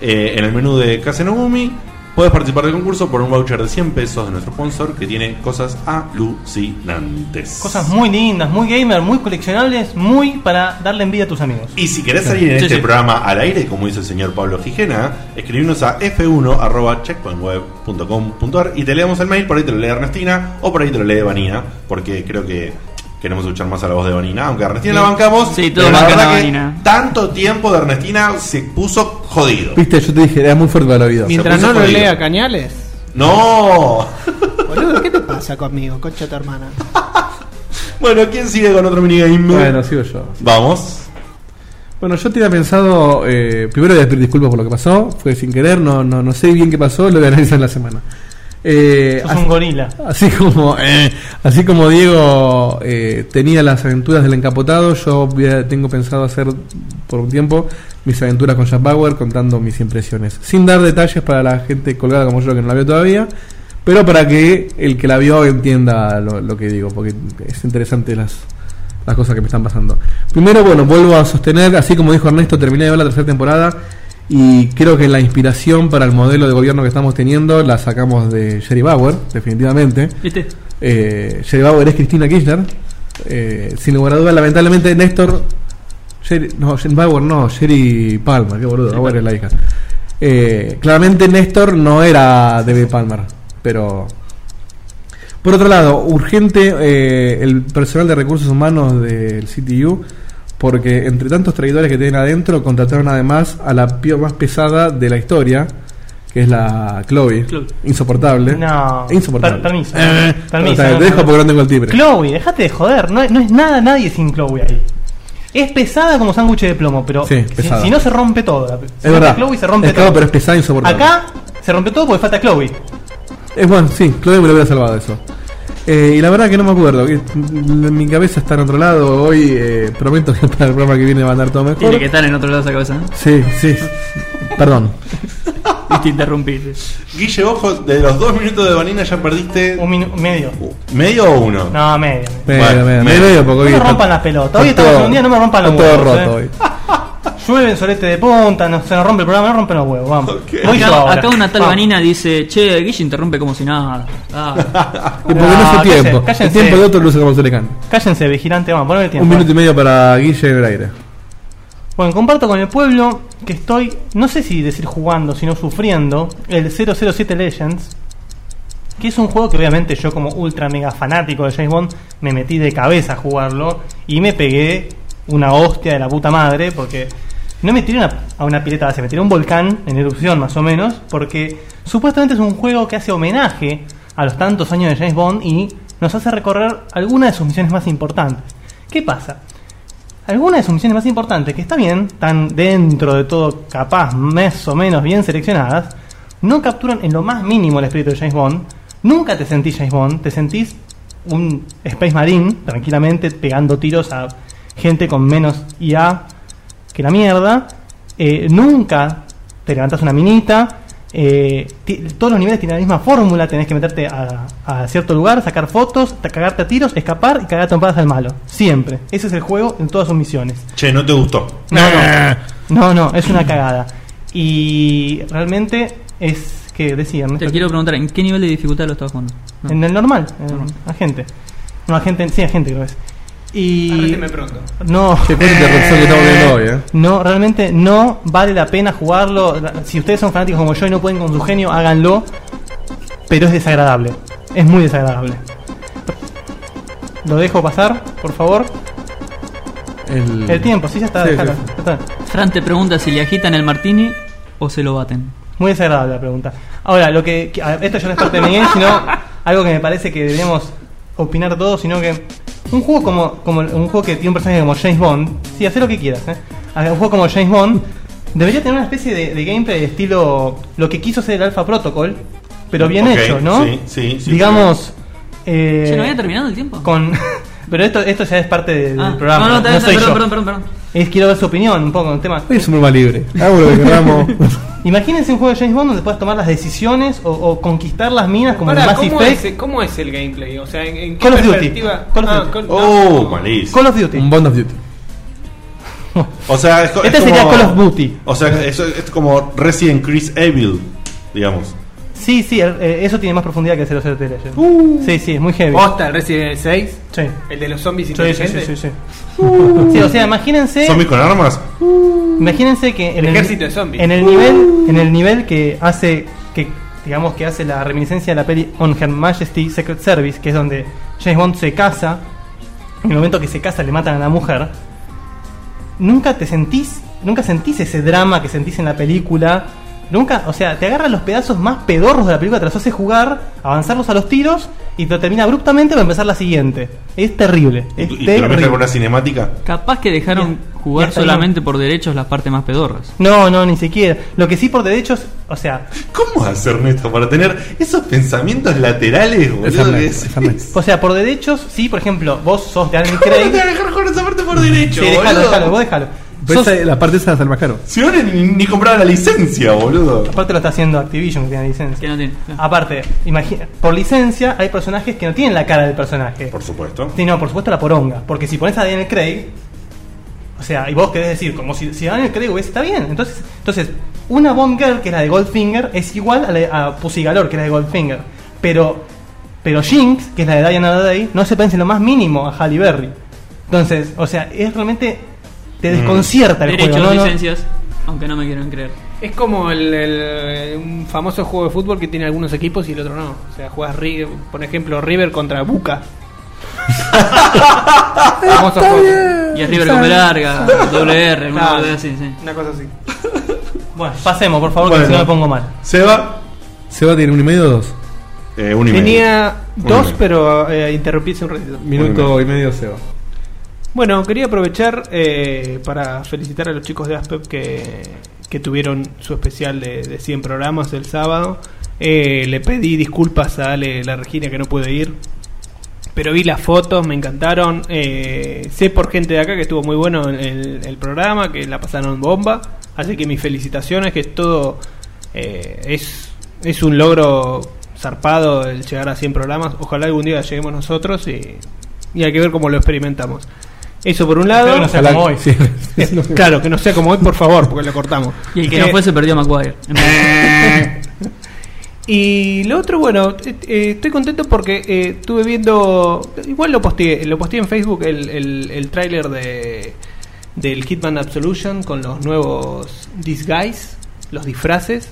[SPEAKER 4] eh, en el menú de Case Nogumi, Puedes participar del concurso por un voucher de 100 pesos de nuestro sponsor que tiene cosas alucinantes.
[SPEAKER 7] Cosas muy lindas, muy gamer, muy coleccionables, muy para darle envidia a tus amigos.
[SPEAKER 4] Y si querés salir en
[SPEAKER 5] Sí,
[SPEAKER 4] este
[SPEAKER 5] sí.
[SPEAKER 4] programa al aire, como hizo el señor Pablo Gijena, escribirnos a f1.checkpointweb.com.ar y te leemos el mail, por ahí te lo lee Ernestina o por ahí te lo lee Vanina, porque creo que queremos escuchar más a la voz de Vanina, aunque a Ernestina la bancamos.
[SPEAKER 5] Sí, todos
[SPEAKER 4] pero la
[SPEAKER 5] bancan
[SPEAKER 4] verdad
[SPEAKER 5] a
[SPEAKER 4] que
[SPEAKER 5] Vanina.
[SPEAKER 4] Tanto tiempo de Ernestina se puso jodido.
[SPEAKER 6] Viste, yo te dije, era muy fuerte para el oído.
[SPEAKER 4] Mi-
[SPEAKER 3] Mientras
[SPEAKER 4] puso
[SPEAKER 3] no lo
[SPEAKER 4] jodido.
[SPEAKER 3] lea Cañales.
[SPEAKER 4] ¡No!
[SPEAKER 10] Boludo, ¿qué te pasa conmigo, concha tu hermana?
[SPEAKER 4] bueno, ¿quién sigue con otro minigame?
[SPEAKER 6] Bueno, sigo yo.
[SPEAKER 4] Vamos.
[SPEAKER 6] Bueno, yo tenía pensado, eh, primero voy a pedir disculpas por lo que pasó, fue sin querer, no, no, no sé bien qué pasó, lo voy a analizar en la semana. Eh,
[SPEAKER 7] Sos
[SPEAKER 6] así,
[SPEAKER 7] un gorila.
[SPEAKER 6] así como eh, así como Diego eh, tenía las aventuras del encapotado, yo voy a- tengo pensado hacer por un tiempo mis aventuras con Jack Bauer contando mis impresiones, sin dar detalles para la gente colgada como yo que no la vio todavía, pero para que el que la vio entienda lo, lo que digo, porque es interesante las, las cosas que me están pasando. Primero, bueno, vuelvo a sostener, así como dijo Ernesto, terminé de ver la tercera temporada y creo que la inspiración para el modelo de gobierno que estamos teniendo la sacamos de Jerry Bauer, definitivamente.
[SPEAKER 5] ¿Viste?
[SPEAKER 6] Eh, Jerry Bauer es Cristina Kirchner. Eh, sin lugar a dudas, lamentablemente Néstor... Jerry- no, Jerry Bauer no, Jerry Palmer, qué boludo, Bauer es la hija. Eh, claramente Néstor no era David Palmer, pero... Por otro lado, urgente eh, el personal de recursos humanos del CTU, porque entre tantos traidores que tienen adentro, contrataron además a la pio más pesada de la historia, que es la Chloe.
[SPEAKER 5] Chloe.
[SPEAKER 6] Insoportable.
[SPEAKER 7] No.
[SPEAKER 6] Insoportable.
[SPEAKER 7] Per- permiso.
[SPEAKER 6] Eh,
[SPEAKER 7] Permiso,
[SPEAKER 6] o sea,
[SPEAKER 7] no,
[SPEAKER 6] te dejo
[SPEAKER 7] no.
[SPEAKER 6] porque no tengo el timbre.
[SPEAKER 7] Chloe, déjate de joder, no, no es nada nadie sin Chloe ahí. Es pesada como sándwich de plomo, pero
[SPEAKER 6] Sí,
[SPEAKER 7] si-
[SPEAKER 6] pesada.
[SPEAKER 7] si, no se rompe todo. la- si
[SPEAKER 6] es
[SPEAKER 7] no está
[SPEAKER 6] verdad.
[SPEAKER 7] Chloe se rompe
[SPEAKER 6] Es claro,
[SPEAKER 7] todo.
[SPEAKER 6] pero es pesada e insoportable.
[SPEAKER 7] Acá se rompe todo porque falta Chloe.
[SPEAKER 6] Es bueno, sí, Chloe me lo hubiera salvado eso. Eh, y la verdad que no me acuerdo. que- En mi cabeza está en otro lado. Hoy eh, prometo que para el programa que viene va a andar todo mejor.
[SPEAKER 5] Tiene que estar en otro lado esa cabeza.
[SPEAKER 6] Sí, sí. Perdón.
[SPEAKER 5] Y ¿eh? te interrumpiste.
[SPEAKER 4] Guille, ojo, de los dos minutos de Vanina ya perdiste
[SPEAKER 7] Un minu- medio.
[SPEAKER 4] medio o uno.
[SPEAKER 7] No, medio.
[SPEAKER 6] Pero,
[SPEAKER 4] Bueno,
[SPEAKER 6] pero,
[SPEAKER 4] me-
[SPEAKER 6] pero, porque
[SPEAKER 7] No
[SPEAKER 6] hoy
[SPEAKER 7] me
[SPEAKER 6] está-
[SPEAKER 7] rompan las pelotas. Hoy
[SPEAKER 6] está
[SPEAKER 7] estamos en
[SPEAKER 6] todo-
[SPEAKER 7] un día, no me rompan los
[SPEAKER 6] está todo
[SPEAKER 7] huevos.
[SPEAKER 6] roto
[SPEAKER 7] eh.
[SPEAKER 6] hoy.
[SPEAKER 7] Llueve en solete de punta, no, se nos rompe el programa, no rompen los huevos. Vamos. Voy yo
[SPEAKER 5] Acá,
[SPEAKER 7] ahora.
[SPEAKER 5] acá una tal
[SPEAKER 7] Vamos.
[SPEAKER 5] Vanina dice, che, Guille interrumpe como si nada. Ah,
[SPEAKER 6] Y porque no,
[SPEAKER 7] No,
[SPEAKER 6] es su
[SPEAKER 7] cállense,
[SPEAKER 6] tiempo.
[SPEAKER 7] cállense.
[SPEAKER 6] El tiempo de otro luce como se le canta.
[SPEAKER 7] Cállense, vigilante, vamos, poneme el tiempo.
[SPEAKER 6] Un minuto y medio para Guille en el aire.
[SPEAKER 7] Bueno, comparto con el pueblo que estoy, no sé si decir jugando, sino sufriendo, el 007 Legends, que es un juego que obviamente yo como ultra mega fanático de James Bond me metí de cabeza a jugarlo y me pegué una hostia de la puta madre porque no me tiré una- a una pileta base, me tiré a un volcán en erupción más o menos, porque supuestamente es un juego que hace homenaje a los tantos años de James Bond y nos hace recorrer algunas de sus misiones más importantes. ¿Qué pasa? Algunas de sus misiones más importantes, que está bien, están dentro de todo capaz, más o menos bien seleccionadas, no capturan en lo más mínimo el espíritu de James Bond. Nunca te sentís James Bond, te sentís un Space Marine, tranquilamente, pegando tiros a gente con menos IA que la mierda. Eh, nunca te levantas una minita. eh, ti- todos los niveles tienen la misma fórmula. Tenés que meterte a, a cierto lugar, sacar fotos, ta- cagarte a tiros, escapar y cagar a trompadas al malo. Siempre. Ese es el juego en todas sus misiones.
[SPEAKER 4] Che, no te gustó.
[SPEAKER 7] No, no. No, no, es una cagada. Y realmente es que decía,
[SPEAKER 5] te quiero preguntar, ¿en qué nivel de dificultad lo estás jugando? No.
[SPEAKER 7] en el normal, en
[SPEAKER 5] Normal.
[SPEAKER 7] agente. No, agente, sí, agente creo que es. Y
[SPEAKER 8] Arréteme pronto.
[SPEAKER 7] no,
[SPEAKER 6] Che, ¿cuál interrupción que estamos viendo hoy, eh?
[SPEAKER 7] no, realmente no vale la pena jugarlo. Si ustedes son fanáticos como yo y no pueden con su genio, háganlo. Pero es desagradable. Es muy desagradable. Lo dejo pasar, por favor.
[SPEAKER 6] El,
[SPEAKER 7] El tiempo, sí, ya
[SPEAKER 6] Mm.
[SPEAKER 7] está.
[SPEAKER 6] Sí,
[SPEAKER 7] dejalo,
[SPEAKER 6] sí, sí.
[SPEAKER 7] ya está.
[SPEAKER 5] Fran te pregunta si le agitan el martini o se lo baten.
[SPEAKER 7] Muy desagradable la pregunta. Ahora, lo que. que- a ver, Esto ya no es parte de Miguel, sino algo que me parece que deberíamos opinar todos, sino que. Un juego como, como. Un juego que tiene un personaje como James Bond. Sí, hacer lo que quieras, ¿eh? Un juego como James Bond. Debería tener una especie de, de gameplay de estilo. Lo que quiso ser el Alpha Protocol. Pero bien
[SPEAKER 4] Ok,
[SPEAKER 7] hecho, ¿no?
[SPEAKER 4] sí, sí, sí,
[SPEAKER 7] Digamos. eh,
[SPEAKER 5] ¿Ya no había terminado el tiempo?
[SPEAKER 7] con. pero esto, esto ya es parte de- del
[SPEAKER 5] Ah,
[SPEAKER 7] programa.
[SPEAKER 5] No, no, está bien,
[SPEAKER 7] soy
[SPEAKER 5] perdón,
[SPEAKER 7] yo.
[SPEAKER 5] perdón, perdón, perdón.
[SPEAKER 7] Es, quiero ver su opinión un poco en el tema.
[SPEAKER 6] Hoy es un broma libre. Hago lo que queramos.
[SPEAKER 7] Imagínense un juego de James Bond donde puedas tomar las decisiones o, o conquistar las minas como en
[SPEAKER 8] Pará,
[SPEAKER 7] Mass
[SPEAKER 8] ¿cómo,
[SPEAKER 7] Effect.
[SPEAKER 8] es, ¿Cómo es el gameplay? O sea, ¿en, en qué
[SPEAKER 7] Call of Duty.
[SPEAKER 8] perspectiva?
[SPEAKER 7] Call of Duty.
[SPEAKER 8] Call-
[SPEAKER 4] Oh,
[SPEAKER 8] no.
[SPEAKER 4] malísimo.
[SPEAKER 7] Call of Duty.
[SPEAKER 6] un Bond of Duty.
[SPEAKER 4] O sea, es, co-
[SPEAKER 7] Este
[SPEAKER 4] es
[SPEAKER 7] sería
[SPEAKER 4] como-
[SPEAKER 7] Call of Duty.
[SPEAKER 4] O sea, eso es como Resident Chris Evil, digamos.
[SPEAKER 7] Sí, sí, el- eh, eso tiene más profundidad que el 00 de Legend.
[SPEAKER 8] Uh.
[SPEAKER 7] sí, sí, es muy heavy.
[SPEAKER 8] Posta, el Resident Evil 6,
[SPEAKER 7] Sí.
[SPEAKER 8] el de los zombies
[SPEAKER 7] Sí, sí,
[SPEAKER 8] inteligentes.
[SPEAKER 7] sí, sí, sí.
[SPEAKER 8] Uh.
[SPEAKER 7] Sí, o sea, imagínense,
[SPEAKER 4] ¿Zombies con armas?
[SPEAKER 7] imagínense que en el,
[SPEAKER 8] ejército de zombies.
[SPEAKER 7] en el nivel, en el nivel que hace que digamos que hace la reminiscencia de la peli On Her Majesty Secret Service, que es donde James Bond se casa en el momento que se casa le matan a la mujer, nunca te sentís, nunca sentís ese drama que sentís en la película. Nunca, o sea, te agarran los pedazos más pedorros de la película, te los hace jugar, avanzarlos a los tiros y te termina abruptamente para empezar la siguiente. Es terrible.
[SPEAKER 4] ¿Y,
[SPEAKER 7] Es
[SPEAKER 4] y te lo
[SPEAKER 7] terrible.
[SPEAKER 4] mezclan con una cinemática?
[SPEAKER 5] Capaz que dejaron
[SPEAKER 7] Bien. Ya
[SPEAKER 5] jugar
[SPEAKER 7] está,
[SPEAKER 5] solamente por derechos las partes más pedorras.
[SPEAKER 7] No, no, ni siquiera. Lo que sí por derechos, o sea,
[SPEAKER 4] ¿Cómo hacer esto para tener esos pensamientos laterales, boludo?
[SPEAKER 6] Déjame,
[SPEAKER 4] que decís?
[SPEAKER 6] déjame.
[SPEAKER 7] o sea, por derechos, sí, por ejemplo, vos sos de Alan
[SPEAKER 4] ¿Cómo no
[SPEAKER 7] Craig.
[SPEAKER 4] te van a dejar con esa parte por derecho,
[SPEAKER 7] Sí, déjalo,
[SPEAKER 4] boludo?
[SPEAKER 7] déjalo, vos déjalo.
[SPEAKER 6] Pero
[SPEAKER 7] Sos-
[SPEAKER 6] esa- la parte esa es el más caro.
[SPEAKER 4] Si ahora ni, ni compraba la licencia, boludo.
[SPEAKER 7] aparte lo está haciendo Activision que tiene
[SPEAKER 5] Que
[SPEAKER 7] licencia.
[SPEAKER 5] no tiene.
[SPEAKER 7] Aparte, imagina, por licencia hay personajes que no tienen la cara del personaje.
[SPEAKER 4] Por supuesto.
[SPEAKER 7] Sí, no, por supuesto la poronga. Porque si pones a Daniel Craig, o sea, y vos querés decir, como si, si Daniel Craig hubiese, está bien. Entonces, entonces una Bond Girl, que es la de Goldfinger, es igual a, la, a Pussy Galore, que es la de Goldfinger. Pero, pero Jinx, que es la de Diana Day, no se parece en lo más mínimo a Halle Berry. Entonces, o sea, es realmente. Te
[SPEAKER 4] Mm.
[SPEAKER 7] desconcierta el
[SPEAKER 5] Derechos,
[SPEAKER 7] juego. ¿no? No-
[SPEAKER 5] licencias, aunque no me quieran creer.
[SPEAKER 8] Es como el, el- un famoso juego de fútbol que tiene algunos equipos y el otro no. O sea, jugás, Ri- por ejemplo, River contra Boca. famoso juego.
[SPEAKER 5] Y es River con larga, WR, una
[SPEAKER 8] Claro.
[SPEAKER 5] cosa así, sí.
[SPEAKER 8] Una cosa así.
[SPEAKER 7] Bueno, pasemos, por favor, que
[SPEAKER 4] Bueno.
[SPEAKER 7] si no me pongo mal.
[SPEAKER 4] Seba,
[SPEAKER 6] ¿Se va a tener un y medio o dos?
[SPEAKER 4] eh, un y medio.
[SPEAKER 8] Tenía
[SPEAKER 4] Un
[SPEAKER 8] dos,
[SPEAKER 4] email.
[SPEAKER 8] pero eh, interrumpirse un ratito.
[SPEAKER 6] Minuto y medio se va.
[SPEAKER 8] Bueno, quería aprovechar eh, para felicitar a los chicos de Aspep que, que tuvieron su especial de, de 100 programas el sábado. Eh, le pedí disculpas a Ale, la Regina que no pude ir. Pero vi las fotos, me encantaron. eh, sé por gente de acá que estuvo muy bueno el, el programa, que la pasaron bomba. Así que mis felicitaciones, que es todo. eh, es, es un logro zarpado el llegar a 100 programas. Ojalá algún día lleguemos nosotros y, y hay que ver cómo lo experimentamos. Eso por un lado.
[SPEAKER 7] Espero que no sea como hoy.
[SPEAKER 6] Sí.
[SPEAKER 8] Eh, claro, que no sea como hoy, por
[SPEAKER 6] Ah,
[SPEAKER 8] favor, porque lo cortamos.
[SPEAKER 5] Y el que no
[SPEAKER 8] Eh,
[SPEAKER 5] fue se perdió a Maguire.
[SPEAKER 7] ¿Eh?
[SPEAKER 8] Y lo otro, bueno, eh, eh, estoy contento porque eh, estuve viendo. Igual lo posteé, lo posteé en Facebook el, el, el tráiler de del Hitman Absolution con los nuevos disguise, los disfraces,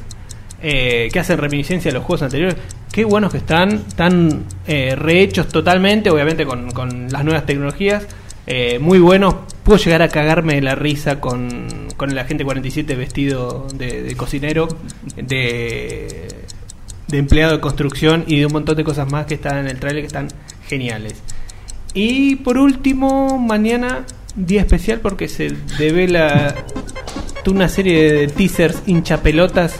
[SPEAKER 8] eh, que hacen reminiscencia a los juegos anteriores. Qué buenos que están, están eh, rehechos totalmente, obviamente con, con las nuevas tecnologías. eh, muy buenos, puedo llegar a cagarme de la risa con, con el agente 47 vestido de, de cocinero, de, de empleado de construcción y de un montón de cosas más que están en el trailer que están geniales. Y por último, mañana día especial porque se devela toda una serie de teasers hinchapelotas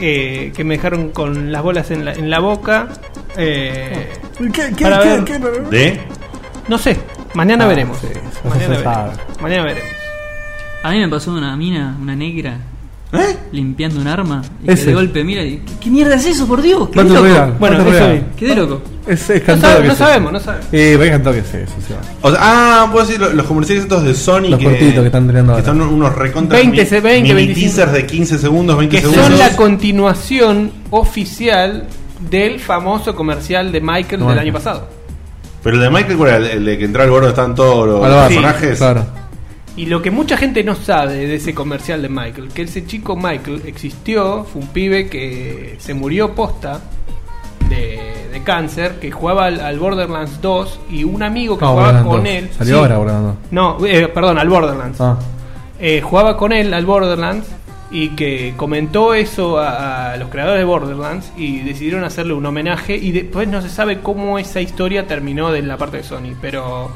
[SPEAKER 8] eh, que me dejaron con las bolas en la, en la boca. Eh,
[SPEAKER 10] ¿Qué, qué,
[SPEAKER 8] Para
[SPEAKER 10] qué,
[SPEAKER 8] ver.
[SPEAKER 10] qué,
[SPEAKER 4] ¿De?
[SPEAKER 8] no sé, mañana
[SPEAKER 7] Ah,
[SPEAKER 8] veremos.
[SPEAKER 7] sí, eso
[SPEAKER 8] mañana,
[SPEAKER 7] se
[SPEAKER 8] veremos.
[SPEAKER 7] sabe.
[SPEAKER 8] mañana veremos.
[SPEAKER 5] A mí me pasó una mina, una negra,
[SPEAKER 7] ¿Eh?
[SPEAKER 5] limpiando un arma. Y que
[SPEAKER 6] Ese.
[SPEAKER 5] de golpe mira y. ¿Qué mierda es eso, por Dios? Quedé
[SPEAKER 6] Battle Royale.
[SPEAKER 5] loco.
[SPEAKER 8] Bueno,
[SPEAKER 6] Battle
[SPEAKER 8] eso
[SPEAKER 6] Royale.
[SPEAKER 5] Quedé loco.
[SPEAKER 6] Es, es
[SPEAKER 8] No,
[SPEAKER 6] cantado
[SPEAKER 8] sabe-
[SPEAKER 6] que
[SPEAKER 8] no
[SPEAKER 6] sea.
[SPEAKER 8] sabemos, no sabemos.
[SPEAKER 6] Eh, va a cantar que sea eso, se va.
[SPEAKER 4] O sea, ah, puedo decir lo- los comerciales estos de Sony
[SPEAKER 6] Los
[SPEAKER 4] que,
[SPEAKER 6] cortitos que están tirando ahora.
[SPEAKER 4] son unos recontra
[SPEAKER 8] 20,
[SPEAKER 4] mini-
[SPEAKER 8] 20,
[SPEAKER 4] mini
[SPEAKER 8] 25.
[SPEAKER 4] teasers de 15 segundos, 20
[SPEAKER 8] Que
[SPEAKER 4] segundos.
[SPEAKER 8] son la continuación oficial del famoso comercial de Michael del
[SPEAKER 6] Bueno.
[SPEAKER 8] año pasado.
[SPEAKER 4] Pero el de Michael, ¿cuál era? El, el de que entraba el gordo, están todos los
[SPEAKER 6] Al bar,
[SPEAKER 4] personajes.
[SPEAKER 6] Claro.
[SPEAKER 8] Y lo que mucha gente no sabe de ese comercial de Michael, que ese chico Michael existió, fue un pibe que se murió posta de, de cáncer, que jugaba al, al Borderlands 2 y un amigo que
[SPEAKER 6] No,
[SPEAKER 8] jugaba
[SPEAKER 6] Ah, Borderlands
[SPEAKER 8] con
[SPEAKER 6] 2.
[SPEAKER 8] él...
[SPEAKER 6] Salió
[SPEAKER 8] sí.
[SPEAKER 6] ahora Borderlands 2.
[SPEAKER 8] No, eh, perdón, al Borderlands.
[SPEAKER 6] Ah.
[SPEAKER 8] Eh, jugaba con él al Borderlands y que comentó eso a, a los creadores de Borderlands y decidieron hacerle un homenaje y después no se sabe cómo esa historia terminó de la parte de Sony, pero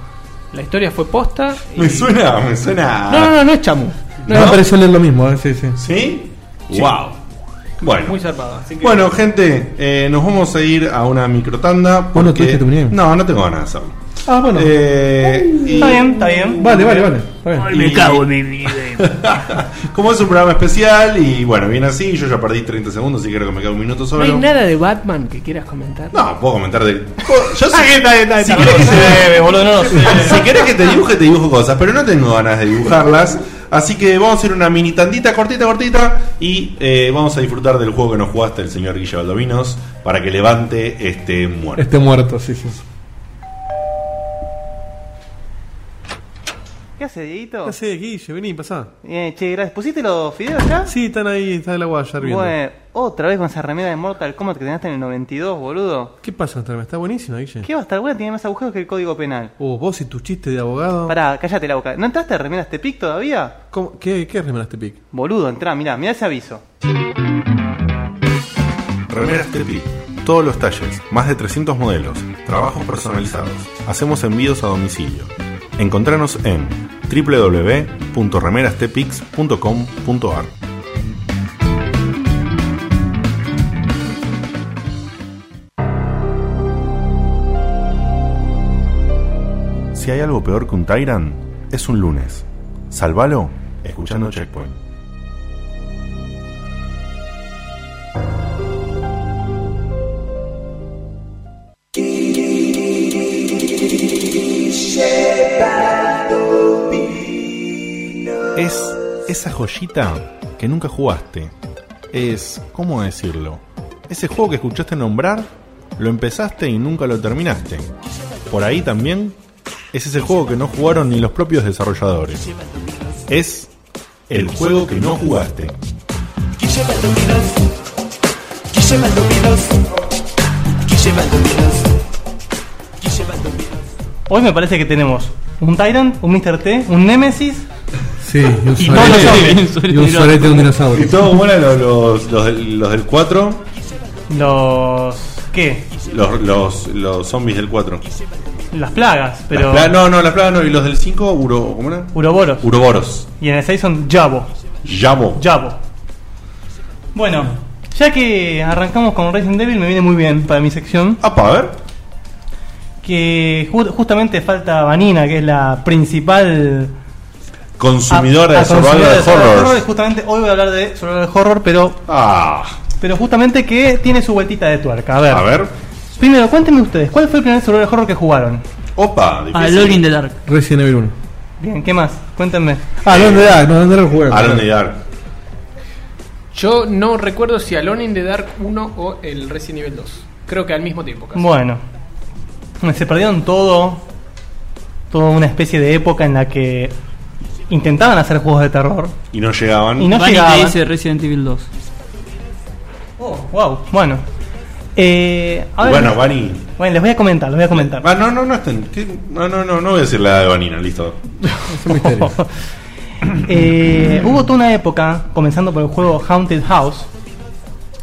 [SPEAKER 8] la historia fue posta. y-
[SPEAKER 4] Me suena, me suena.
[SPEAKER 8] No, no, no, no es chamu. No,
[SPEAKER 6] No, me pareció leer lo mismo, eh, sí, sí.
[SPEAKER 4] ¿Sí? Wow.
[SPEAKER 8] es
[SPEAKER 4] Bueno.
[SPEAKER 8] muy zarpado. así que-
[SPEAKER 4] Bueno, gente, eh, nos vamos a ir a una microtanda.
[SPEAKER 6] ¿Vos no
[SPEAKER 4] porque-
[SPEAKER 6] tuviste tu muñeco?
[SPEAKER 4] No, no tengo ganas de hacerlo.
[SPEAKER 6] Ah, bueno.
[SPEAKER 4] Eh, y-
[SPEAKER 7] Está bien, está bien.
[SPEAKER 6] vale, vale, vale. está bien.
[SPEAKER 4] y- Como es un programa especial y bueno, viene así, yo ya perdí 30 segundos y creo que me queda un minuto
[SPEAKER 8] no
[SPEAKER 4] solo.
[SPEAKER 8] hay nada de Batman que quieras comentar.
[SPEAKER 4] No, puedo comentar de. Yo
[SPEAKER 7] Ah,
[SPEAKER 4] sé que. si,
[SPEAKER 7] Si
[SPEAKER 4] querés que te-
[SPEAKER 7] boludo, no lo sé.
[SPEAKER 4] si querés que te dibuje, te dibujo cosas, pero no tengo ganas de dibujarlas. Así que vamos a hacer una mini tandita cortita, cortita. Y eh, vamos a disfrutar del juego que nos jugaste el señor Guille Baldovinos para que levante este muerto.
[SPEAKER 6] Este muerto, sí, sí.
[SPEAKER 7] ¿Qué hace, Dieguito?
[SPEAKER 6] haces, Guille? Vení, pasá.
[SPEAKER 7] Bien, che, gracias. ¿Pusiste los fideos ya?
[SPEAKER 6] Sí, están ahí, está el agua ya hirviendo.
[SPEAKER 7] Bueno, otra vez con esa remera de Mortal Kombat que tenías en el 92, boludo.
[SPEAKER 6] ¿Qué pasa, Tarma? Está buenísima, Guille.
[SPEAKER 7] ¿Qué va a estar buena? Tiene más agujeros que el código penal.
[SPEAKER 6] Oh, vos y tu chiste de abogado.
[SPEAKER 7] Pará, cállate la boca. ¿No entraste a remeras Tepic todavía?
[SPEAKER 6] ¿Cómo- ¿Qué, qué remera este pic?
[SPEAKER 7] Boludo, entrá, mirá, mirá ese aviso.
[SPEAKER 9] Remeras Tepi.
[SPEAKER 4] Todos los talles, más de 300 modelos, trabajos personalizados.
[SPEAKER 9] Hacemos envíos a domicilio. Encontranos en www.remerastepix.com.ar.
[SPEAKER 4] Si hay algo peor que un Tyrant, es un lunes. Sálvalo escuchando Checkpoint. Es esa joyita que nunca jugaste. Es, ¿cómo decirlo? Ese juego que escuchaste nombrar, lo empezaste y nunca lo terminaste. Por ahí también es ese juego que no jugaron ni los propios desarrolladores. Es el juego que no jugaste.
[SPEAKER 7] Hoy me parece que tenemos un Tyrant, un Mr. T, un Nemesis.
[SPEAKER 6] Sí, y un
[SPEAKER 7] todos los
[SPEAKER 6] sorete. Y un sorete de un dinosaurio.
[SPEAKER 4] Y todo bueno los, los, los del- los del 4,
[SPEAKER 7] Los. ¿Qué?
[SPEAKER 4] los, los, los zombies del 4.
[SPEAKER 7] Las plagas, pero.
[SPEAKER 4] Las pla- no, no, las plagas no. ¿Y los del 5? Uro, ¿Cómo era?
[SPEAKER 7] Uroboros.
[SPEAKER 4] Uroboros.
[SPEAKER 7] Y en el 6 son Jabo.
[SPEAKER 4] Llamo.
[SPEAKER 7] Jabo. Bueno, ya que arrancamos con Resident Devil, me viene muy bien para mi sección.
[SPEAKER 4] Ah, pa, a ver.
[SPEAKER 7] que ju- justamente falta Vanina, que es la principal
[SPEAKER 4] Consumidora de
[SPEAKER 7] a- a- consumidora
[SPEAKER 4] survival
[SPEAKER 7] de survival horror, y
[SPEAKER 4] horror.
[SPEAKER 7] Justamente hoy voy a hablar de survival horror, pero
[SPEAKER 4] Ah,
[SPEAKER 7] pero justamente que tiene su vueltita de tuerca. A ver.
[SPEAKER 4] a ver.
[SPEAKER 7] Primero, cuéntenme ustedes, ¿cuál fue el primer survival horror que jugaron?
[SPEAKER 4] Opa,
[SPEAKER 5] Ah,
[SPEAKER 4] difícil.
[SPEAKER 5] LOL in the Dark.
[SPEAKER 6] Resident Evil 1.
[SPEAKER 7] Bien, ¿qué más? Cuéntenme.
[SPEAKER 6] Ah, no, ¿dónde da? No, ¿dónde era el juego?
[SPEAKER 4] Alan Ah, de Dark.
[SPEAKER 8] Yo no recuerdo si Alone in the Dark 1 o el Resident Evil 2. Creo que al mismo tiempo casi.
[SPEAKER 7] Bueno, se perdieron todo, toda una especie de época en la que intentaban hacer juegos de terror
[SPEAKER 4] Y no llegaban.
[SPEAKER 7] y no
[SPEAKER 5] Vani
[SPEAKER 7] llegaban.
[SPEAKER 5] te dice Resident Evil 2.
[SPEAKER 7] Oh, wow, bueno. Eh, a ver-
[SPEAKER 4] bueno, Vani.
[SPEAKER 7] bueno, les voy a comentar, les voy a comentar.
[SPEAKER 4] Ah, no, no, no, estén- ¿qué? no, no, no, no voy a decir la edad de Vanina, listo.
[SPEAKER 6] Es un misterio.
[SPEAKER 7] Eh, hubo toda una época, comenzando por el juego Haunted House,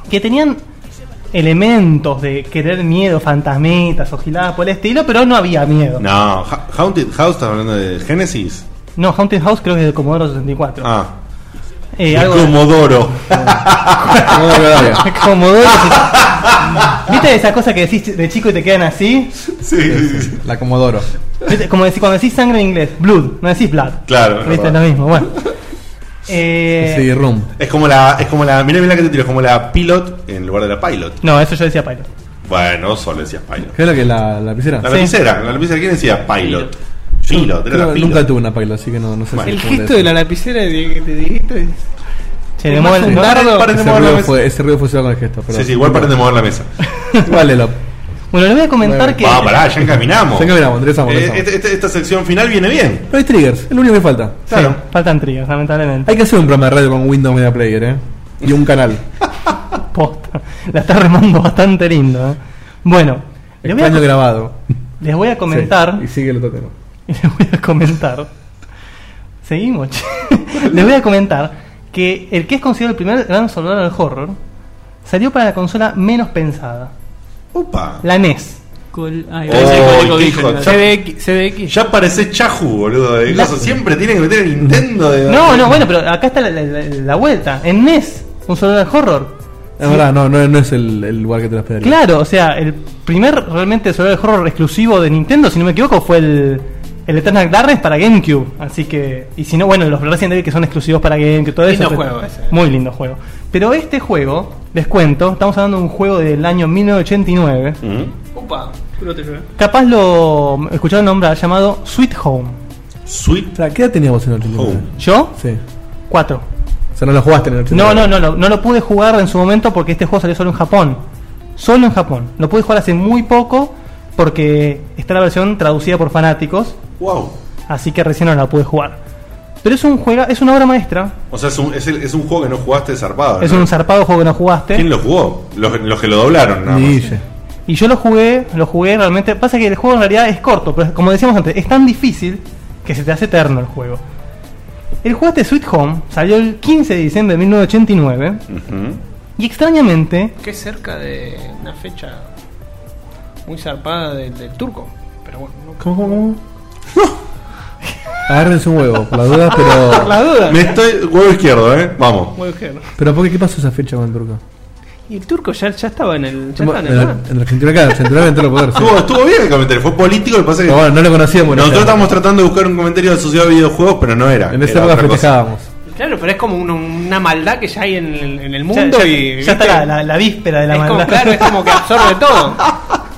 [SPEAKER 7] que tenían elementos de querer miedo, fantasmitas o giladas por el estilo, pero no había miedo. No,
[SPEAKER 4] No, Ha- Haunted House, ¿estás hablando de Genesis?
[SPEAKER 7] Haunted House creo que es de Commodore 64.
[SPEAKER 4] Ah,
[SPEAKER 7] Eh,
[SPEAKER 4] de
[SPEAKER 7] algo
[SPEAKER 4] Comodoro.
[SPEAKER 6] No, no, no, no.
[SPEAKER 7] Commodore 64. ¿Viste esas cosas que decís de chico y te quedan así?
[SPEAKER 4] sí, sí, sí.
[SPEAKER 6] La Comodoro.
[SPEAKER 7] ¿Viste? Como decís, cuando decís sangre en inglés, blood, no decís blood.
[SPEAKER 4] Claro, es
[SPEAKER 7] ¿Viste? Es
[SPEAKER 4] verdad.
[SPEAKER 7] lo mismo, bueno.
[SPEAKER 6] Sí,
[SPEAKER 7] Eh,
[SPEAKER 6] Room.
[SPEAKER 4] Es como la, es como la, mira, mira que te tiro, es como la pilot en lugar de la pilot.
[SPEAKER 7] no, eso yo decía Pyro.
[SPEAKER 4] Bueno, solo decías pilot.
[SPEAKER 6] ¿Qué es lo que la, la lapicera?
[SPEAKER 4] La lapicera, la lapicera, ¿quién decía pilot? Pilot, era
[SPEAKER 6] Creo
[SPEAKER 4] la
[SPEAKER 6] que
[SPEAKER 4] pilot.
[SPEAKER 6] nunca tuve una paila, así que no, no sé
[SPEAKER 4] Bueno.
[SPEAKER 6] si
[SPEAKER 4] El
[SPEAKER 6] cómo
[SPEAKER 8] Esto
[SPEAKER 6] decir.
[SPEAKER 8] de la lapicera de, de Dieguito es.
[SPEAKER 7] Che, le muevo el-
[SPEAKER 6] un
[SPEAKER 7] no-
[SPEAKER 4] Paren, paren de
[SPEAKER 6] Ese
[SPEAKER 4] mover la
[SPEAKER 6] ruido,
[SPEAKER 4] mesa.
[SPEAKER 6] fue, ese ruido fue solo con el gesto. Pero
[SPEAKER 4] Sí, sí, igual paren de mover la mesa.
[SPEAKER 6] Igual es lo.
[SPEAKER 7] Bueno, les voy a comentar
[SPEAKER 6] Bueno.
[SPEAKER 7] que.
[SPEAKER 4] Vamos, pará, ya encaminamos.
[SPEAKER 6] Se caminamos, enderezamos.
[SPEAKER 4] Eh,
[SPEAKER 6] enderezamos.
[SPEAKER 4] este- este- esta sección final viene bien.
[SPEAKER 6] No hay triggers, es lo único que falta.
[SPEAKER 4] Claro.
[SPEAKER 7] Faltan triggers, lamentablemente.
[SPEAKER 6] Hay que hacer un programa de radio con Windows Media Player, ¿eh? Y un canal.
[SPEAKER 7] Posta. La está remando bastante lindo. ¿eh? Bueno, les voy, a,
[SPEAKER 6] Extraño grabado.
[SPEAKER 7] les voy a comentar.
[SPEAKER 6] Sí, y sigue el otro tema.
[SPEAKER 7] Les voy a comentar. Seguimos. che. les voy a comentar que el que es considerado el primer gran soldado del horror salió para la consola menos pensada,
[SPEAKER 4] Opa.
[SPEAKER 7] la E NES.
[SPEAKER 5] Col- ah,
[SPEAKER 4] Oh,
[SPEAKER 5] iba a decir Código
[SPEAKER 4] qué hijo
[SPEAKER 5] Verónica.
[SPEAKER 4] de-
[SPEAKER 8] CDX. CDX.
[SPEAKER 4] Ya parece Chahu, boludo. de
[SPEAKER 7] La-
[SPEAKER 4] cosas. Siempre tiene que meter el Nintendo de.
[SPEAKER 7] No, no, bueno, pero acá está la, la- la- la vuelta. En NES, un soldado del horror.
[SPEAKER 6] La verdad, no, no, no es el, el lugar que te lo esperaría.
[SPEAKER 7] Claro, o sea, el primer realmente soldado del horror exclusivo de Nintendo, si no me equivoco, fue el, el Eternal Darkness para GameCube. Así que, y si no, bueno, los Resident Evil que son exclusivos para GameCube, todo
[SPEAKER 8] Lindo
[SPEAKER 7] eso. pero-
[SPEAKER 8] juego ese.
[SPEAKER 7] Muy lindo juego. Pero este juego, les cuento, estamos hablando de un juego del año 1989.
[SPEAKER 4] Mm.
[SPEAKER 8] Upa, culo te llueve.
[SPEAKER 7] Capaz lo escucharon nombrar, llamado Sweet Home.
[SPEAKER 6] O
[SPEAKER 4] Sweet
[SPEAKER 6] sea, ¿qué edad teníamos en el 89?
[SPEAKER 4] Home.
[SPEAKER 7] ¿Yo?
[SPEAKER 6] Sí.
[SPEAKER 7] Cuatro.
[SPEAKER 6] O sea, no lo jugaste en el
[SPEAKER 7] No,
[SPEAKER 6] 89.
[SPEAKER 7] no, no, no, no lo pude jugar en su momento porque este juego salió solo en Japón. Solo en Japón. Lo pude jugar hace muy poco porque está la versión traducida por fanáticos,
[SPEAKER 4] Wow.
[SPEAKER 7] así que recién no la pude jugar. Pero es un juego, es una obra maestra,
[SPEAKER 4] O sea, es un, es, el- es un juego que no jugaste zarpado.
[SPEAKER 7] es
[SPEAKER 4] ¿no?
[SPEAKER 7] un zarpado juego que no jugaste
[SPEAKER 4] ¿Quién lo jugó? Los, los que lo doblaron, nada
[SPEAKER 6] Ni
[SPEAKER 4] más.
[SPEAKER 6] Guille.
[SPEAKER 7] y yo lo jugué, lo jugué realmente, pasa que el juego en realidad es corto, pero como decíamos antes, es tan difícil que se te hace eterno el juego. El juego este Sweet Home salió el 15 de diciembre de 1989
[SPEAKER 4] Ujú.
[SPEAKER 7] y extrañamente
[SPEAKER 8] Qué cerca de una fecha muy zarpada del, del turco. Pero bueno, no
[SPEAKER 6] ¿Cómo, cómo, cómo? Agárrense un huevo, por la duda, pero.
[SPEAKER 8] la duda.
[SPEAKER 4] Me estoy. Huevo izquierdo, ¿eh? Vamos.
[SPEAKER 8] Muy ligero.
[SPEAKER 6] Pero ¿por qué, qué pasó esa fecha con el turco?
[SPEAKER 8] Y el turco ya, ya estaba en el. Ya
[SPEAKER 6] En
[SPEAKER 8] estaba en el
[SPEAKER 6] la- en la Argentina, claro, en la Argentina entró el poder. sí.
[SPEAKER 4] Estuvo, estuvo bien el comentario. Fue político, lo que pasa es
[SPEAKER 6] Pero
[SPEAKER 4] que.
[SPEAKER 6] bueno, no lo conocíamos.
[SPEAKER 4] Nosotros
[SPEAKER 6] en esa-
[SPEAKER 4] estamos tratando de buscar un comentario de sociedad de videojuegos, pero no era.
[SPEAKER 6] En esa
[SPEAKER 4] Era
[SPEAKER 6] época
[SPEAKER 4] otra cosa.
[SPEAKER 6] festejábamos.
[SPEAKER 8] Claro, pero es como una, una maldad que ya hay en el, en el
[SPEAKER 7] ya,
[SPEAKER 8] mundo
[SPEAKER 7] ya-
[SPEAKER 8] y.
[SPEAKER 7] ya está
[SPEAKER 8] ¿viste?
[SPEAKER 7] la, la- la víspera de la
[SPEAKER 8] es como,
[SPEAKER 7] maldad.
[SPEAKER 8] claro, es como que absorbe todo.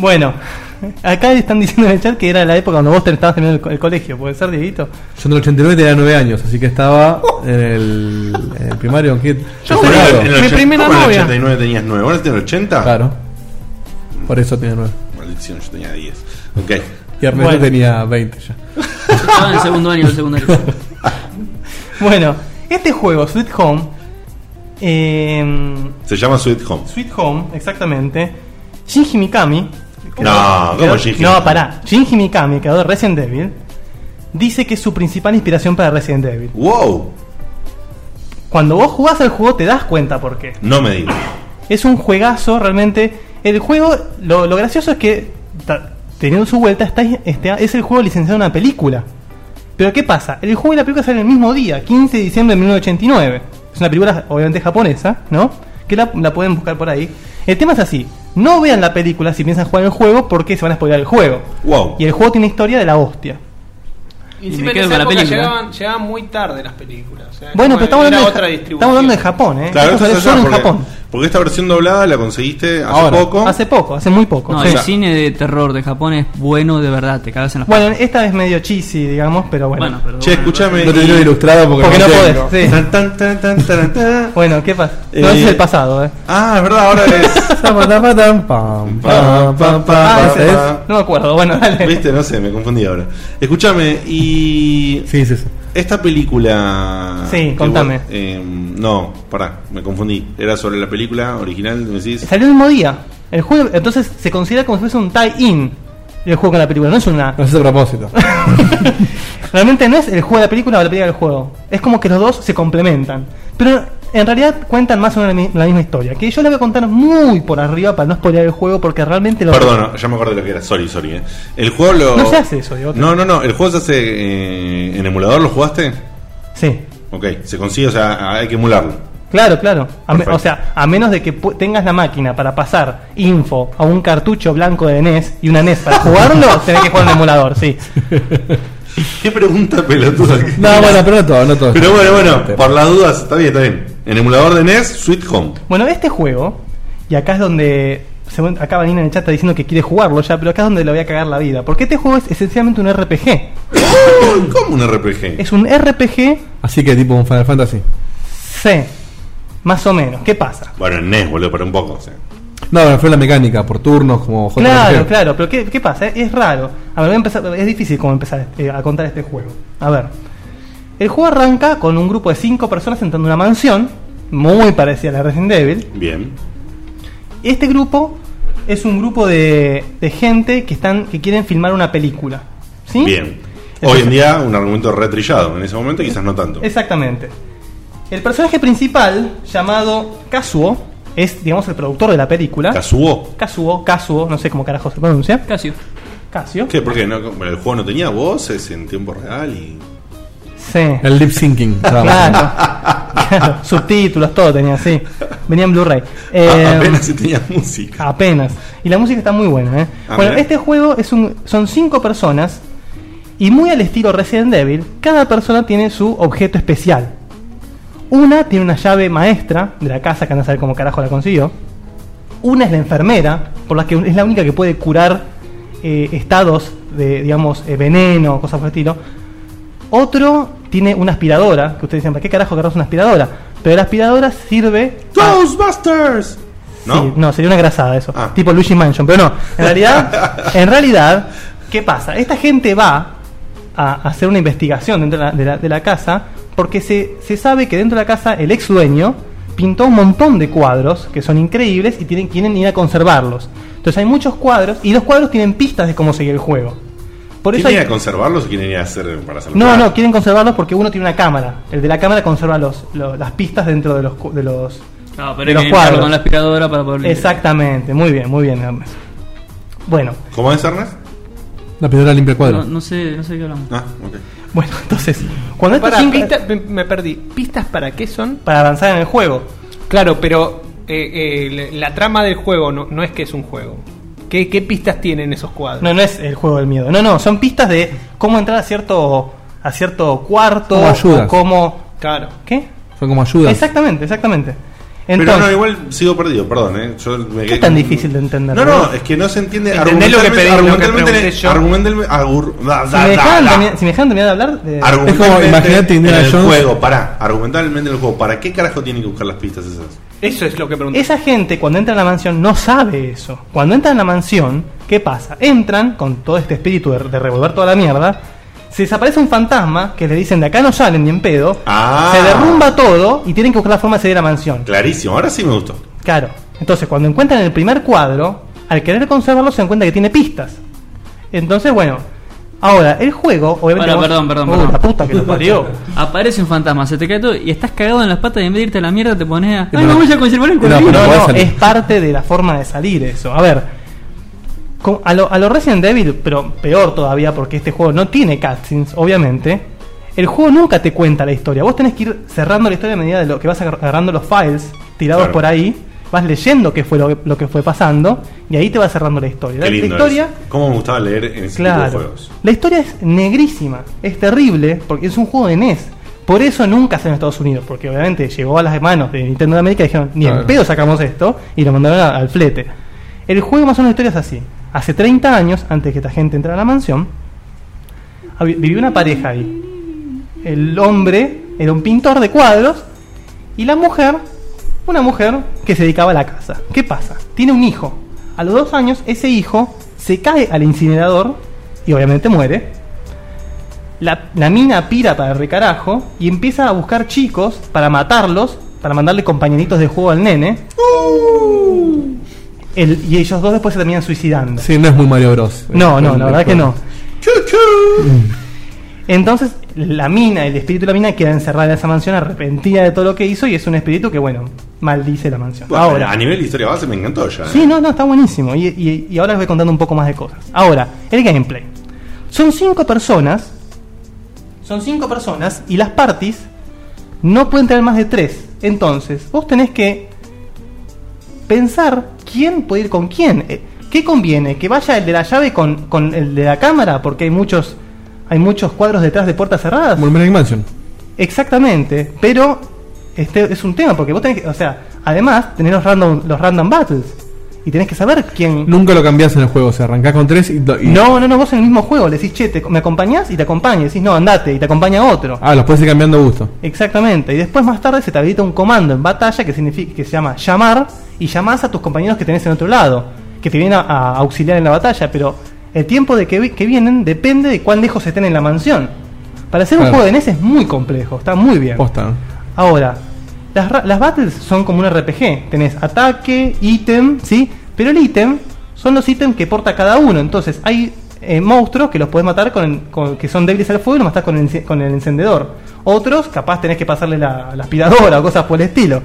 [SPEAKER 7] Bueno, acá están diciendo en el chat que era la época cuando vos te estabas terminando el, co- el colegio, ¿puede ser, Dieguito?
[SPEAKER 6] Yo en el 89 tenía 9 años, así que estaba
[SPEAKER 4] Oh.
[SPEAKER 6] en el, en el primario. ¿en qué?
[SPEAKER 4] ¿Cómo
[SPEAKER 6] tercer
[SPEAKER 4] en el-
[SPEAKER 6] grado.
[SPEAKER 4] en el
[SPEAKER 8] Mi
[SPEAKER 4] ochen-
[SPEAKER 8] primera
[SPEAKER 4] ¿cómo en el
[SPEAKER 8] novia.
[SPEAKER 4] 89 tenías 9? ¿Ahora tienes 80?
[SPEAKER 6] Claro. Por eso tenía 9.
[SPEAKER 4] Maldición, yo tenía 10. Ok.
[SPEAKER 6] Y Ernesto
[SPEAKER 7] Bueno.
[SPEAKER 6] tenía 20 ya.
[SPEAKER 5] Yo estaba en el segundo año del secundario.
[SPEAKER 7] Bueno, este juego, Sweet Home, eh,
[SPEAKER 4] Se llama Sweet Home.
[SPEAKER 7] Sweet Home, exactamente, Shinji Mikami.
[SPEAKER 4] No, ¿cómo
[SPEAKER 7] creador-
[SPEAKER 4] Shinji?
[SPEAKER 7] No, pará, Shinji Mikami, creador de Resident Evil, dice que es su principal inspiración para Resident Evil.
[SPEAKER 4] ¡Wow!
[SPEAKER 7] Cuando vos jugás al juego te das cuenta por qué.
[SPEAKER 4] No me digas.
[SPEAKER 7] Es un juegazo realmente. El juego, lo, lo gracioso es que, ta- teniendo su vuelta, está, este, es el juego licenciado en una película. Pero ¿qué pasa? El juego y la película salen el mismo día, 15 de diciembre de 1989. Es una película obviamente japonesa, ¿no? Que la, la pueden buscar por ahí. El tema es así. No vean la película si piensan jugar el juego porque se van a spoiler el juego.
[SPEAKER 4] Wow.
[SPEAKER 7] Y el juego tiene una historia de la hostia.
[SPEAKER 8] Y
[SPEAKER 5] me
[SPEAKER 8] encima en
[SPEAKER 5] quedo
[SPEAKER 8] esa
[SPEAKER 5] con la
[SPEAKER 8] época
[SPEAKER 5] película.
[SPEAKER 8] llegaban, llegaban muy tarde las películas. o sea,
[SPEAKER 7] Bueno,
[SPEAKER 8] como
[SPEAKER 7] pero estamos
[SPEAKER 8] era
[SPEAKER 7] hablando,
[SPEAKER 8] otra
[SPEAKER 7] de, Ja-
[SPEAKER 8] distribución.
[SPEAKER 7] estamos hablando de Japón, ¿eh?
[SPEAKER 4] Claro, esto
[SPEAKER 7] Esto
[SPEAKER 4] es
[SPEAKER 7] salió
[SPEAKER 4] allá,
[SPEAKER 7] solo en
[SPEAKER 4] porque,
[SPEAKER 7] Japón.
[SPEAKER 4] porque esta versión doblada la conseguiste hace
[SPEAKER 7] Ahora,
[SPEAKER 4] poco.
[SPEAKER 7] Hace poco, hace muy poco.
[SPEAKER 5] No,
[SPEAKER 7] Sí.
[SPEAKER 5] el cine de terror de Japón es bueno de verdad, te cagas en las
[SPEAKER 7] Bueno, esta es medio cheesy, digamos, pero bueno.
[SPEAKER 5] Bueno, pero
[SPEAKER 4] Che,
[SPEAKER 5] bueno,
[SPEAKER 4] escúchame.
[SPEAKER 6] No te quiero
[SPEAKER 4] y-
[SPEAKER 6] ilustrado porque,
[SPEAKER 7] Porque no podés,
[SPEAKER 6] tengo.
[SPEAKER 7] sí.
[SPEAKER 4] Tan, tan, tan, tan, tan, tan.
[SPEAKER 7] Bueno, ¿qué pasa? No
[SPEAKER 4] Eh,
[SPEAKER 7] ese es el pasado, ¿eh?
[SPEAKER 4] Ah, es verdad, ahora es.
[SPEAKER 6] Zapatapatam, pam, pam, pam, pam,
[SPEAKER 4] Ah,
[SPEAKER 6] pam.
[SPEAKER 4] ese
[SPEAKER 6] ¿Es?
[SPEAKER 4] va.
[SPEAKER 7] No me acuerdo, bueno, dale.
[SPEAKER 4] Viste, no sé, me confundí ahora. Escúchame, y.
[SPEAKER 6] Sí, es eso.
[SPEAKER 4] Esta película.
[SPEAKER 7] Sí,
[SPEAKER 4] que
[SPEAKER 7] contame.
[SPEAKER 4] vos- eh, no, pará, me confundí. Era sobre la película original, me decís.
[SPEAKER 7] Salió el mismo día. El juego, entonces se considera como si fuese un tie-in el juego con la película, no es una.
[SPEAKER 6] No es a propósito.
[SPEAKER 7] Realmente no es el juego de la película o la película del juego. Es como que los dos se complementan. Pero en realidad cuentan más o menos la mi- la misma historia. Que yo la voy a contar muy por arriba para no spoilear el juego porque realmente lo.
[SPEAKER 4] Perdón, ya me acuerdo lo que era. Sorry, sorry. eh. El juego lo.
[SPEAKER 7] No se hace eso, digo.
[SPEAKER 4] No, no, no. El juego se hace eh, en emulador. ¿Lo jugaste?
[SPEAKER 7] Sí.
[SPEAKER 4] Ok, se consigue, o sea, hay que emularlo.
[SPEAKER 7] Claro, claro. A me-
[SPEAKER 4] Perfecto.
[SPEAKER 7] o sea, a menos de que pu- tengas la máquina para pasar info a un cartucho blanco de NES y una NES para jugarlo, tenés que jugar en emulador, sí.
[SPEAKER 4] ¿Qué pregunta pelotuda?
[SPEAKER 6] No, bueno, pero no todo, no todo.
[SPEAKER 4] Pero bueno, bueno, por las dudas, está bien, está bien. En emulador de NES, Sweet Home.
[SPEAKER 7] Bueno, este juego, y acá es donde. según- Acá Vanina en el chat está diciendo que quiere jugarlo ya, pero acá es donde le voy a cagar la vida. Porque este juego es esencialmente un RPG.
[SPEAKER 4] ¿Cómo un RPG?
[SPEAKER 7] Es un RPG
[SPEAKER 6] Así que tipo un Final Fantasy.
[SPEAKER 7] C, más o menos. ¿Qué pasa?
[SPEAKER 4] Bueno, en NES, boludo, para un poco. o sea.
[SPEAKER 6] No, bueno, fue la mecánica, por turnos, como JRPG.
[SPEAKER 7] Claro, claro, pero ¿qué, qué pasa? Es raro. A ver, voy a empezar, es difícil como empezar eh, a contar este juego. A ver, el juego arranca con un grupo de cinco personas entrando en una mansión, muy parecida a la Resident Evil.
[SPEAKER 4] Bien.
[SPEAKER 7] Este grupo es un grupo de, de gente que están que quieren filmar una película. ¿Sí?
[SPEAKER 4] Bien.
[SPEAKER 7] Eso
[SPEAKER 4] Hoy
[SPEAKER 7] es-
[SPEAKER 4] en día, un argumento retrillado. En ese momento, quizás no tanto.
[SPEAKER 7] Exactamente. El personaje principal, llamado Kazuo, es, digamos, el productor de la película.
[SPEAKER 4] ¿Casuó?
[SPEAKER 7] Kazuo, Kazuo, no sé cómo carajo se pronuncia.
[SPEAKER 5] Casio.
[SPEAKER 7] Casio.
[SPEAKER 4] ¿Qué? ¿Por qué? No, bueno, el juego no tenía voces en tiempo real y.
[SPEAKER 7] Sí.
[SPEAKER 6] El lip syncing. nada más.
[SPEAKER 7] Claro. Claro, Subtítulos, todo tenía, sí. Venía en Blu-ray. Eh, ah,
[SPEAKER 4] Ah, apenas si tenía música.
[SPEAKER 7] apenas. Y la música está muy buena, ¿eh?
[SPEAKER 4] Ah,
[SPEAKER 7] bueno,
[SPEAKER 4] mirá.
[SPEAKER 7] este juego es un, son cinco personas y muy al estilo Resident Evil, cada persona tiene su objeto especial. Una tiene una llave maestra de la casa que anda a saber cómo carajo la consiguió. Una es la enfermera, por la que es la única que puede curar eh, estados de, digamos, eh, veneno, cosas por el estilo. Otro tiene una aspiradora, que ustedes dicen, ¿para qué carajo agarras una aspiradora? Pero la aspiradora sirve... a-
[SPEAKER 4] ¡Ghostbusters! ¿No?
[SPEAKER 7] Sí, no, sería una grasada eso.
[SPEAKER 4] Ah.
[SPEAKER 7] Tipo Luigi Mansion. Pero no, en realidad, en realidad, ¿qué pasa? Esta gente va a hacer una investigación dentro de la, de la- de la casa porque se, se sabe que dentro de la casa el ex dueño pintó un montón de cuadros que son increíbles y tienen, quieren ir a conservarlos. Entonces hay muchos cuadros y los cuadros tienen pistas de cómo seguir el juego. Por eso
[SPEAKER 4] ¿Quieren ir
[SPEAKER 7] hay-
[SPEAKER 4] a conservarlos o quieren ir a hacer para Ah, hacer
[SPEAKER 7] no, no, quieren conservarlos porque uno tiene una cámara. El de la cámara conserva los, los- las pistas dentro de los, cu- de los,
[SPEAKER 5] No,
[SPEAKER 7] De
[SPEAKER 5] pero
[SPEAKER 7] los
[SPEAKER 5] hay que limpiarlo
[SPEAKER 7] cuadros.
[SPEAKER 5] con la aspiradora para poder limpiar.
[SPEAKER 7] Exactamente, muy bien, muy bien, Hermes. Bueno,
[SPEAKER 4] ¿Cómo es, Ernest?
[SPEAKER 6] La primera limpia
[SPEAKER 5] No,
[SPEAKER 6] cuadro.
[SPEAKER 5] no sé, no sé de qué hablamos.
[SPEAKER 4] Ah, ok.
[SPEAKER 7] bueno, entonces, cuando estos
[SPEAKER 8] Pará,
[SPEAKER 7] cinco-
[SPEAKER 8] pista- me, me perdí. ¿Pistas para qué son?
[SPEAKER 7] para avanzar en el juego,
[SPEAKER 8] Claro, pero eh, eh, le- la trama del juego no, no es que es un juego. ¿Qué, qué pistas tienen esos cuadros?
[SPEAKER 7] no, no es el juego del miedo, no, no, son pistas de cómo entrar a cierto, a cierto cuarto,
[SPEAKER 6] Como ayudas.
[SPEAKER 7] o cómo,
[SPEAKER 8] Claro.
[SPEAKER 7] ¿qué?
[SPEAKER 6] Son como ayudas.
[SPEAKER 7] Exactamente, exactamente. Entonces,
[SPEAKER 4] Pero no, igual sigo perdido, perdón, ¿eh? Yo me
[SPEAKER 7] ¿qué
[SPEAKER 4] quedé
[SPEAKER 7] es tan
[SPEAKER 4] con-
[SPEAKER 7] difícil de entender?
[SPEAKER 4] No,
[SPEAKER 7] ¿verdad?
[SPEAKER 4] no, es que no se entiende.
[SPEAKER 8] Entendés lo que pedí, lo que pregunté yo.
[SPEAKER 4] Argumentalmente. argur- da,
[SPEAKER 7] si,
[SPEAKER 4] da, da,
[SPEAKER 7] me dejaban
[SPEAKER 4] da.
[SPEAKER 7] terminar- si me dejaban terminar de hablar, de-
[SPEAKER 4] Argumentalmente
[SPEAKER 6] Es como, imagínate Indiana
[SPEAKER 4] en el
[SPEAKER 6] Jones.
[SPEAKER 4] juego, pará. Argumentalmente en el juego, ¿para qué carajo tienen que buscar las pistas esas?
[SPEAKER 8] Eso es lo que pregunté.
[SPEAKER 7] Esa gente cuando entra a la mansión no sabe eso. Cuando entran a la mansión, ¿qué pasa? Entran con todo este espíritu de, de revolver toda la mierda. Se desaparece un fantasma que le dicen de acá no salen ni en pedo.
[SPEAKER 4] Ah.
[SPEAKER 7] Se derrumba todo y tienen que buscar la forma de salir a la mansión.
[SPEAKER 4] Clarísimo, ahora sí me gustó.
[SPEAKER 7] Claro. Entonces, cuando encuentran el primer cuadro, al querer conservarlo se dan cuenta que tiene pistas. Entonces, bueno. Ahora, el juego, obviamente.
[SPEAKER 5] Bueno, perdón,
[SPEAKER 7] vamos-
[SPEAKER 5] perdón,
[SPEAKER 7] Uh,
[SPEAKER 5] perdón.
[SPEAKER 7] La puta que lo parió.
[SPEAKER 5] Aparece un fantasma, se te cae todo y estás cagado en las patas y en vez de irte a la mierda te pones a.
[SPEAKER 6] Sí,
[SPEAKER 5] Ay,
[SPEAKER 6] pero-
[SPEAKER 5] no voy a conservar el
[SPEAKER 6] No, pero
[SPEAKER 5] cuadrito.
[SPEAKER 7] No,
[SPEAKER 6] no podés
[SPEAKER 7] no,
[SPEAKER 6] salir.
[SPEAKER 7] es parte de la forma de salir eso. A ver, con- a lo, a lo Resident Evil, pero peor todavía porque este juego no tiene cutscenes, obviamente. El juego nunca te cuenta la historia. Vos tenés que ir cerrando la historia a medida de lo que vas agar- agarrando los files tirados
[SPEAKER 4] Claro.
[SPEAKER 7] por ahí vas leyendo qué fue lo que, lo que fue pasando y ahí te va cerrando la historia.
[SPEAKER 4] Qué
[SPEAKER 7] la
[SPEAKER 4] lindo.
[SPEAKER 7] historia
[SPEAKER 4] es. ¿Cómo me gustaba leer en ese tipo de
[SPEAKER 7] Claro.
[SPEAKER 4] juegos?
[SPEAKER 7] La historia es negrísima, es terrible, porque es un juego de NES. Por eso nunca se en Estados Unidos, porque obviamente llegó a las manos de Nintendo de América y dijeron, ni
[SPEAKER 6] Claro.
[SPEAKER 7] en pedo sacamos esto, y lo mandaron a- al flete. El juego más o menos la historia es así. Hace 30 años, antes que esta gente entrara a la mansión, habi- vivió una pareja ahí. El hombre era un pintor de cuadros y la mujer, una mujer que se dedicaba a la casa. ¿Qué pasa? Tiene un hijo. A los dos años, ese hijo se cae al incinerador y obviamente muere. La, la mina pira para el recarajo y empieza a buscar chicos para matarlos, para mandarle compañeritos de juego al nene. El- y ellos dos después se terminan suicidando.
[SPEAKER 6] Sí, no es muy Mario Bros.
[SPEAKER 7] No, no, la verdad que no.
[SPEAKER 6] Mm.
[SPEAKER 7] Entonces, la mina, el espíritu de la mina queda encerrada en esa mansión arrepentida de todo lo que hizo y es un espíritu que, bueno, maldice la mansión.
[SPEAKER 4] Bueno,
[SPEAKER 7] Ahora,
[SPEAKER 4] A nivel de historia base me encantó ya. ¿eh?
[SPEAKER 7] Sí, no, no, está buenísimo. Y, y- y ahora les voy contando un poco más de cosas. Ahora, el gameplay. Son cinco personas. Son cinco personas y las parties no pueden tener más de tres. Entonces, vos tenés que pensar quién puede ir con quién. Eh, ¿Qué conviene? ¿Que vaya el de la llave con, con el de la cámara? Porque hay muchos, hay muchos cuadros detrás de puertas cerradas.
[SPEAKER 6] Como el Maniac Mansion.
[SPEAKER 7] Exactamente, pero este es un tema porque vos tenés que, o sea, además tenés los random, los random battles y tenés que saber quién.
[SPEAKER 6] Nunca lo cambiás en el juego, o sea, arrancás con tres y. y-
[SPEAKER 7] No, no, no, vos en el mismo juego le decís, che, te- ¿me acompañás? Y te acompaña, decís, no, andate, y te acompaña otro.
[SPEAKER 6] Ah, los puedes ir cambiando a gusto.
[SPEAKER 7] Exactamente, y después más tarde se te habilita un comando en batalla que significa que se llama llamar y llamás a tus compañeros que tenés en otro lado, que te vienen a, a auxiliar en la batalla, pero el tiempo de que, vi- que vienen depende de cuán lejos estén en la mansión. Para hacer un
[SPEAKER 6] Claro.
[SPEAKER 7] juego de NES es muy complejo, está muy bien.
[SPEAKER 6] Posta, ¿no?
[SPEAKER 7] Ahora, las, ra- las battles son como un RPG. Tenés ataque, ítem, ¿sí? Pero el ítem son los ítems que porta cada uno. Entonces, hay eh, monstruos que los podés matar con, con- que son débiles al fuego y los matás con el, enci- con el encendedor. Otros, capaz tenés que pasarle la, la aspiradora o cosas por el estilo.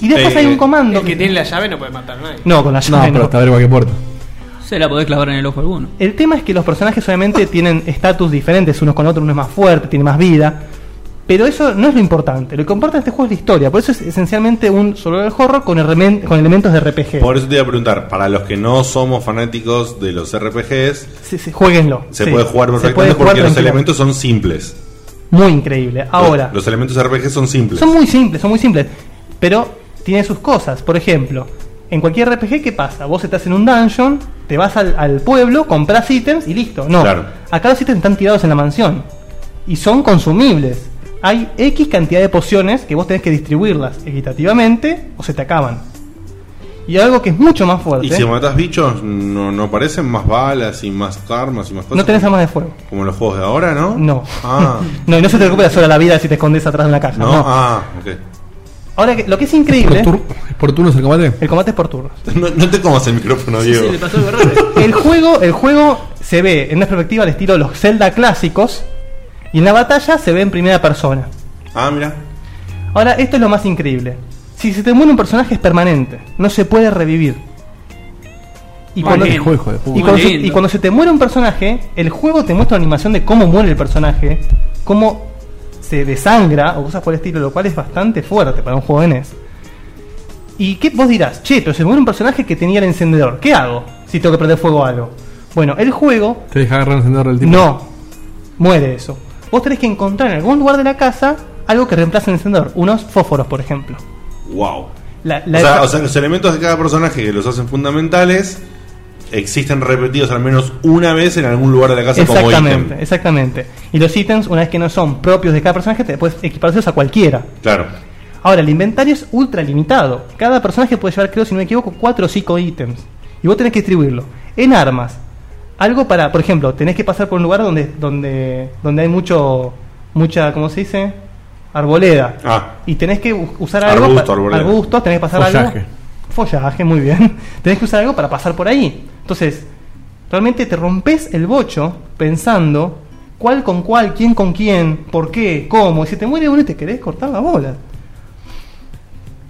[SPEAKER 7] Y después
[SPEAKER 4] Eh,
[SPEAKER 7] hay un comando.
[SPEAKER 8] El que tiene la llave no puede matar a nadie.
[SPEAKER 7] No, con la
[SPEAKER 6] No,
[SPEAKER 7] llave.
[SPEAKER 6] pero
[SPEAKER 7] no.
[SPEAKER 6] hasta ver cualquier puerta.
[SPEAKER 5] Se la podés clavar en el ojo alguno.
[SPEAKER 7] El tema es que los personajes obviamente tienen estatus diferentes unos con otros, uno es más fuerte, tiene más vida. Pero eso no es lo importante. Lo que importa de este juego es la historia. Por eso es esencialmente un survival horror con, elemen- con elementos de RPG.
[SPEAKER 4] Por eso te iba a preguntar, para los que no somos fanáticos de los RPGs,
[SPEAKER 7] Sí, sí, jueguenlo.
[SPEAKER 4] se
[SPEAKER 7] Sí.
[SPEAKER 4] puede jugar
[SPEAKER 7] Se
[SPEAKER 4] perfectamente
[SPEAKER 7] puede jugar
[SPEAKER 4] porque los
[SPEAKER 7] tranquilamente.
[SPEAKER 4] elementos son simples.
[SPEAKER 7] Muy increíble. Ahora.
[SPEAKER 4] Los, los elementos RPG son simples.
[SPEAKER 7] Son muy simples, son muy simples. Pero tiene sus cosas. Por ejemplo, en cualquier RPG, ¿qué pasa? Vos estás en un dungeon, te vas al, al pueblo, compras ítems y listo. No.
[SPEAKER 4] Claro.
[SPEAKER 7] Acá los ítems están tirados en la mansión. Y son consumibles. Hay X cantidad de pociones que vos tenés que distribuirlas equitativamente o se te acaban. Y algo que es mucho más fuerte.
[SPEAKER 4] y si matas bichos, no, no aparecen más balas y más armas y más cosas.
[SPEAKER 7] no tenés armas de fuego.
[SPEAKER 4] Como en los juegos de ahora, ¿no?
[SPEAKER 7] No.
[SPEAKER 4] Ah,
[SPEAKER 7] No, y no se te recupera sola la vida si te escondes atrás de una caja.
[SPEAKER 4] no,
[SPEAKER 7] no.
[SPEAKER 4] ah, ok.
[SPEAKER 7] Ahora, que- lo que es
[SPEAKER 6] ¿Por
[SPEAKER 7] increíble,
[SPEAKER 6] tur- ¿Por turnos el combate?
[SPEAKER 7] el combate es por turnos.
[SPEAKER 4] No, no te comas el micrófono, Diego.
[SPEAKER 5] pasó algo raro.
[SPEAKER 7] El juego, el juego se ve en una perspectiva al estilo de los Zelda clásicos y en la batalla se ve en primera persona.
[SPEAKER 4] Ah, mira.
[SPEAKER 7] Ahora, esto es lo más increíble. Si se te muere un personaje es permanente, no se puede revivir. Y
[SPEAKER 5] Muy
[SPEAKER 7] cuando,
[SPEAKER 5] bien.
[SPEAKER 6] Hijo, hijo de puta.
[SPEAKER 7] y cuando se,
[SPEAKER 5] lindo.
[SPEAKER 7] y cuando se te muere un personaje, el juego te muestra una animación de cómo muere el personaje, cómo se desangra o cosas por el estilo, lo cual es bastante fuerte para un juego de NES. ¿Y qué vos dirás? Che, pero se muere un personaje que tenía el encendedor. ¿Qué hago si tengo que prender fuego a algo? Bueno, el juego
[SPEAKER 6] Te deja agarrar el encendedor del tipo.
[SPEAKER 7] no, muere eso. Vos tenés que encontrar en algún lugar de la casa algo que reemplace el encendedor. Unos fósforos, por ejemplo.
[SPEAKER 4] Wow.
[SPEAKER 7] La,
[SPEAKER 4] O
[SPEAKER 7] la-
[SPEAKER 4] sea, o sea, los elementos de cada personaje que los hacen fundamentales existen repetidos al menos una vez en algún lugar de la casa como
[SPEAKER 7] exactamente,
[SPEAKER 4] ítem.
[SPEAKER 7] exactamente. Y los ítems, una vez que no son propios de cada personaje, te puedes equiparlos a cualquiera.
[SPEAKER 4] Claro.
[SPEAKER 7] Ahora, el inventario es ultra limitado. Cada personaje puede llevar, creo, si no me equivoco, 4 o 5 ítems. Y vos tenés que distribuirlo. En armas. Algo para, por ejemplo, tenés que pasar por un lugar donde, donde, donde hay mucho, mucha, ¿cómo se dice? Arboleda.
[SPEAKER 4] Ah.
[SPEAKER 7] Y tenés que u- usar algo.
[SPEAKER 4] Arbusto,
[SPEAKER 7] pa-
[SPEAKER 4] arboleda.
[SPEAKER 7] arbustos, tenés que pasar
[SPEAKER 6] Follaje.
[SPEAKER 7] algo. Follaje, muy bien. Tenés que usar algo para pasar por ahí. Entonces, realmente te rompes el bocho pensando cuál con cuál, quién con quién, por qué, cómo. Y si te muere uno y te querés cortar la bola.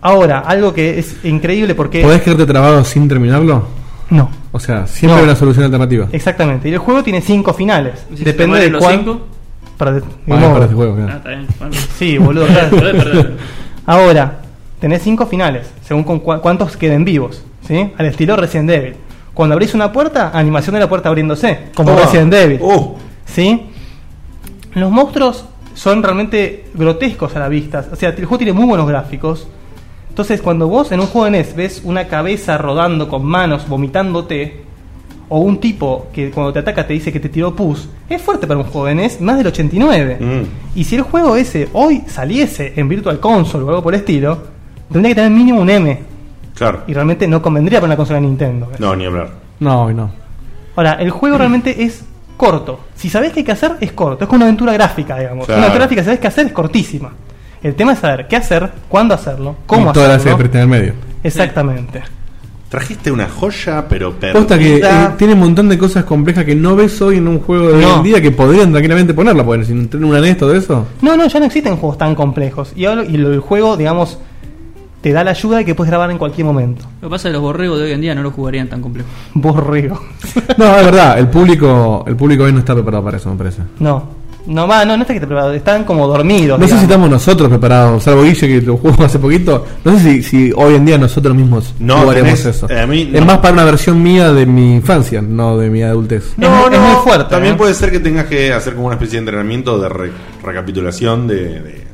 [SPEAKER 7] Ahora, algo que es increíble porque.
[SPEAKER 6] ¿Podés quedarte trabado sin terminarlo?
[SPEAKER 7] No,
[SPEAKER 6] O sea, siempre
[SPEAKER 7] No.
[SPEAKER 6] hay una solución alternativa.
[SPEAKER 7] exactamente. Y el juego tiene cinco finales.
[SPEAKER 5] Si se te
[SPEAKER 7] Depende
[SPEAKER 5] mueren
[SPEAKER 7] de
[SPEAKER 5] los
[SPEAKER 7] cuál.
[SPEAKER 5] cinco.
[SPEAKER 7] Para de-
[SPEAKER 6] Vale,
[SPEAKER 7] no.
[SPEAKER 6] Ah, para este juego, claro.
[SPEAKER 5] Ah, está bien. Bueno.
[SPEAKER 7] Sí, boludo. claro.
[SPEAKER 5] Perdón, perdón.
[SPEAKER 7] Ahora, tenés cinco finales, según con cua- cuántos queden vivos, ¿sí? Al estilo Resident Evil. Cuando abrís una puerta, animación de la puerta abriéndose, como
[SPEAKER 4] Ah.
[SPEAKER 2] Toma.
[SPEAKER 7] Resident Evil.
[SPEAKER 4] Uh.
[SPEAKER 2] Oh.
[SPEAKER 7] ¿Sí? Los monstruos son realmente grotescos a la vista. O sea, el juego tiene muy buenos gráficos. Entonces, cuando vos en un juego de NES ves una cabeza rodando con manos, vomitándote, o un tipo que cuando te ataca te dice que te tiró pus, es fuerte para un juego de NES, más del 89.
[SPEAKER 4] Mm.
[SPEAKER 7] Y si el juego ese hoy saliese en Virtual Console o algo por el estilo, tendría que tener mínimo un M.
[SPEAKER 4] Claro.
[SPEAKER 7] Y realmente no convendría para una consola de Nintendo.
[SPEAKER 4] No, ni hablar.
[SPEAKER 7] Ah,
[SPEAKER 6] No, hoy no.
[SPEAKER 7] Ahora, el juego realmente es corto. Si sabés qué hay que hacer, es corto. Es como una aventura gráfica, digamos.
[SPEAKER 4] Claro.
[SPEAKER 7] Una aventura gráfica, si sabés qué hacer, es cortísima. El tema es saber qué hacer, cuándo hacerlo, cómo
[SPEAKER 6] y toda la serie
[SPEAKER 7] hacerlo.
[SPEAKER 6] presta en el medio.
[SPEAKER 7] Exactamente.
[SPEAKER 4] Trajiste una joya, pero
[SPEAKER 6] Posta que eh,
[SPEAKER 4] perdida.
[SPEAKER 6] tiene un montón de cosas complejas que no ves hoy en un juego de hoy en
[SPEAKER 7] No.
[SPEAKER 6] día que podrían tranquilamente ponerla, porque si no tienen una NES, todo eso.
[SPEAKER 7] No, no, ya no existen juegos tan complejos. Y, ahora- y lo- el juego, digamos, te da la ayuda de que puedes grabar en cualquier momento.
[SPEAKER 5] Lo que pasa es que los borregos de hoy en día no lo jugarían tan complejo.
[SPEAKER 7] Borrego.
[SPEAKER 6] No, es verdad, el público, el público hoy no está preparado para eso, me parece.
[SPEAKER 7] No. No, va, no, no está que te preparado. Están como dormidos.
[SPEAKER 6] No sé si
[SPEAKER 7] digamos.
[SPEAKER 6] estamos nosotros preparados, salvo Guille que lo jugó hace poquito. No sé si, si hoy en día nosotros mismos
[SPEAKER 4] No,
[SPEAKER 6] jugaríamos
[SPEAKER 4] tenés-
[SPEAKER 6] eso.
[SPEAKER 4] eh, a mí
[SPEAKER 6] Es
[SPEAKER 4] no.
[SPEAKER 6] más para una versión mía de mi infancia, no de mi adultez.
[SPEAKER 4] No,
[SPEAKER 7] es
[SPEAKER 4] no,
[SPEAKER 7] muy fuerte,
[SPEAKER 4] También
[SPEAKER 7] ¿eh?
[SPEAKER 4] puede ser que tengas que hacer como una especie de entrenamiento de re- recapitulación de, de-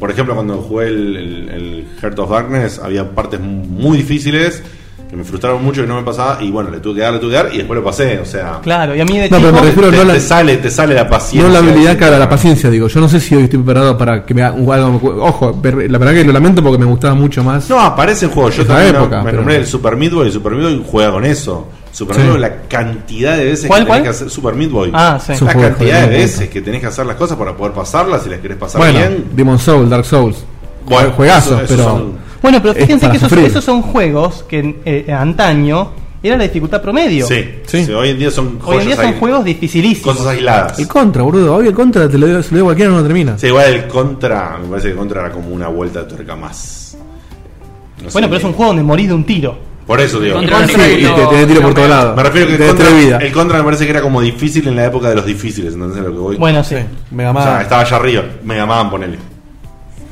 [SPEAKER 4] Por ejemplo, cuando jugué el, el- el Heart of Darkness, había partes muy difíciles que me frustraron mucho que no me pasaba. Y bueno, le tuve que dar, le tuve que dar y después lo pasé. O sea,
[SPEAKER 7] Claro, y a mí de
[SPEAKER 6] No, pero
[SPEAKER 7] chico-
[SPEAKER 6] me
[SPEAKER 4] te,
[SPEAKER 6] refiero- Pero no
[SPEAKER 4] te
[SPEAKER 6] la-
[SPEAKER 4] sale, te sale la paciencia.
[SPEAKER 6] No la habilidad,
[SPEAKER 4] decir,
[SPEAKER 6] cara, la
[SPEAKER 4] ah,
[SPEAKER 6] paciencia, digo. Yo no sé si hoy estoy preparado para que me haga un algo. Ojo, per- la verdad que lo lamento porque me gustaba mucho más.
[SPEAKER 4] No, aparece en juego. Yo
[SPEAKER 6] Esa
[SPEAKER 4] también
[SPEAKER 6] época,
[SPEAKER 4] no- me
[SPEAKER 6] pero-
[SPEAKER 4] nombré el Super Meat Boy. El Super Meat Boy juega con eso. Super
[SPEAKER 6] Sí.
[SPEAKER 4] Meat Boy, la cantidad de veces
[SPEAKER 7] ¿Cuál,
[SPEAKER 4] que
[SPEAKER 7] cuál?
[SPEAKER 4] tenés que hacer Super Meat Boy.
[SPEAKER 7] Ah, sí.
[SPEAKER 6] Es un
[SPEAKER 4] la
[SPEAKER 6] juego
[SPEAKER 4] cantidad de
[SPEAKER 6] jodido,
[SPEAKER 4] veces que tenés que hacer las cosas para poder pasarlas si las querés pasar
[SPEAKER 6] Bueno,
[SPEAKER 4] bien.
[SPEAKER 6] Demon Souls, Dark Souls.
[SPEAKER 4] Bueno, eso-
[SPEAKER 6] juegazos,
[SPEAKER 4] eso
[SPEAKER 6] pero.
[SPEAKER 4] son-
[SPEAKER 7] Bueno, pero
[SPEAKER 6] Es
[SPEAKER 7] fíjense
[SPEAKER 6] para
[SPEAKER 7] que esos,
[SPEAKER 6] sufrir.
[SPEAKER 7] esos son juegos que eh, antaño era la dificultad promedio.
[SPEAKER 4] Sí,
[SPEAKER 6] Sí.
[SPEAKER 4] sí, Hoy en día son
[SPEAKER 7] Hoy en día
[SPEAKER 4] joyas
[SPEAKER 7] son
[SPEAKER 4] ahí-
[SPEAKER 7] juegos dificilísimos.
[SPEAKER 4] cosas aisladas.
[SPEAKER 6] El contra, boludo. Hoy el contra te lo digo, se lo digo a cualquiera no lo termina.
[SPEAKER 4] Sí, igual el contra, me parece que contra era como una vuelta de tuerca más. No sé,
[SPEAKER 7] bueno, pero es un juego donde morís de un tiro.
[SPEAKER 4] Por eso digo.
[SPEAKER 5] Contra-
[SPEAKER 6] Sí, y te, te tiro por todos lados.
[SPEAKER 4] Me refiero que
[SPEAKER 6] Te
[SPEAKER 4] el contra,
[SPEAKER 6] destruye vida.
[SPEAKER 4] el contra me parece que era como difícil en la época de los difíciles, entonces lo que voy.
[SPEAKER 7] Bueno, sí.
[SPEAKER 6] Mega
[SPEAKER 4] o
[SPEAKER 6] Man.
[SPEAKER 4] sea, estaba allá arriba, me llamaban ponele.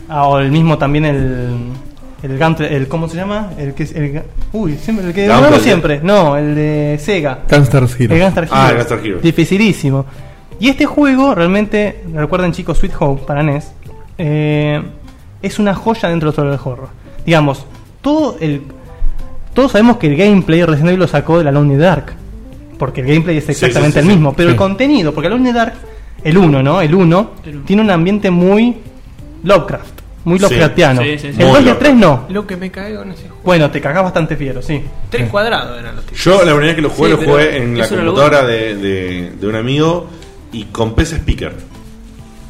[SPEAKER 7] Ah, o el mismo también el. El Guntle- el ¿Cómo se llama? El que es. El, ga- uy, siempre. El que.
[SPEAKER 4] Guntle,
[SPEAKER 7] no, no
[SPEAKER 4] ¿sí?
[SPEAKER 7] siempre. No, el de Sega.
[SPEAKER 6] Gunstar's Hero.
[SPEAKER 7] El Gunstar Hero.
[SPEAKER 4] Ah, el Gunstar Hero.
[SPEAKER 7] Dificilísimo. Y este juego realmente, recuerden chicos, Sweet Home para NES, eh, es una joya dentro del horror del horror. Digamos, todo el, todos sabemos que el gameplay Resident Evil lo sacó de la Lonely Dark, porque el gameplay es
[SPEAKER 4] Sí, sí, sí,
[SPEAKER 7] exactamente el
[SPEAKER 4] sí.
[SPEAKER 7] mismo, pero el
[SPEAKER 6] Sí.
[SPEAKER 7] contenido, porque la Lonely Dark, el 1, ¿no? El 1
[SPEAKER 5] El uno.
[SPEAKER 7] tiene un ambiente muy Lovecraft, muy
[SPEAKER 4] Sí.
[SPEAKER 7] Lovecraftiano.
[SPEAKER 5] Sí, sí, sí.
[SPEAKER 7] El
[SPEAKER 4] Muy
[SPEAKER 7] 2 y el
[SPEAKER 4] Lovecraft.
[SPEAKER 7] 3 no.
[SPEAKER 8] Lo que me caigo en ese juego.
[SPEAKER 7] Bueno, te cagás bastante fiero, sí.
[SPEAKER 8] Tres cuadrados eran los tipos.
[SPEAKER 4] Yo la primera vez que lo jugué
[SPEAKER 5] Sí,
[SPEAKER 4] lo
[SPEAKER 5] pero
[SPEAKER 4] jugué en la
[SPEAKER 5] eso era lo
[SPEAKER 4] computadora de, de- de un amigo y con PC Speaker.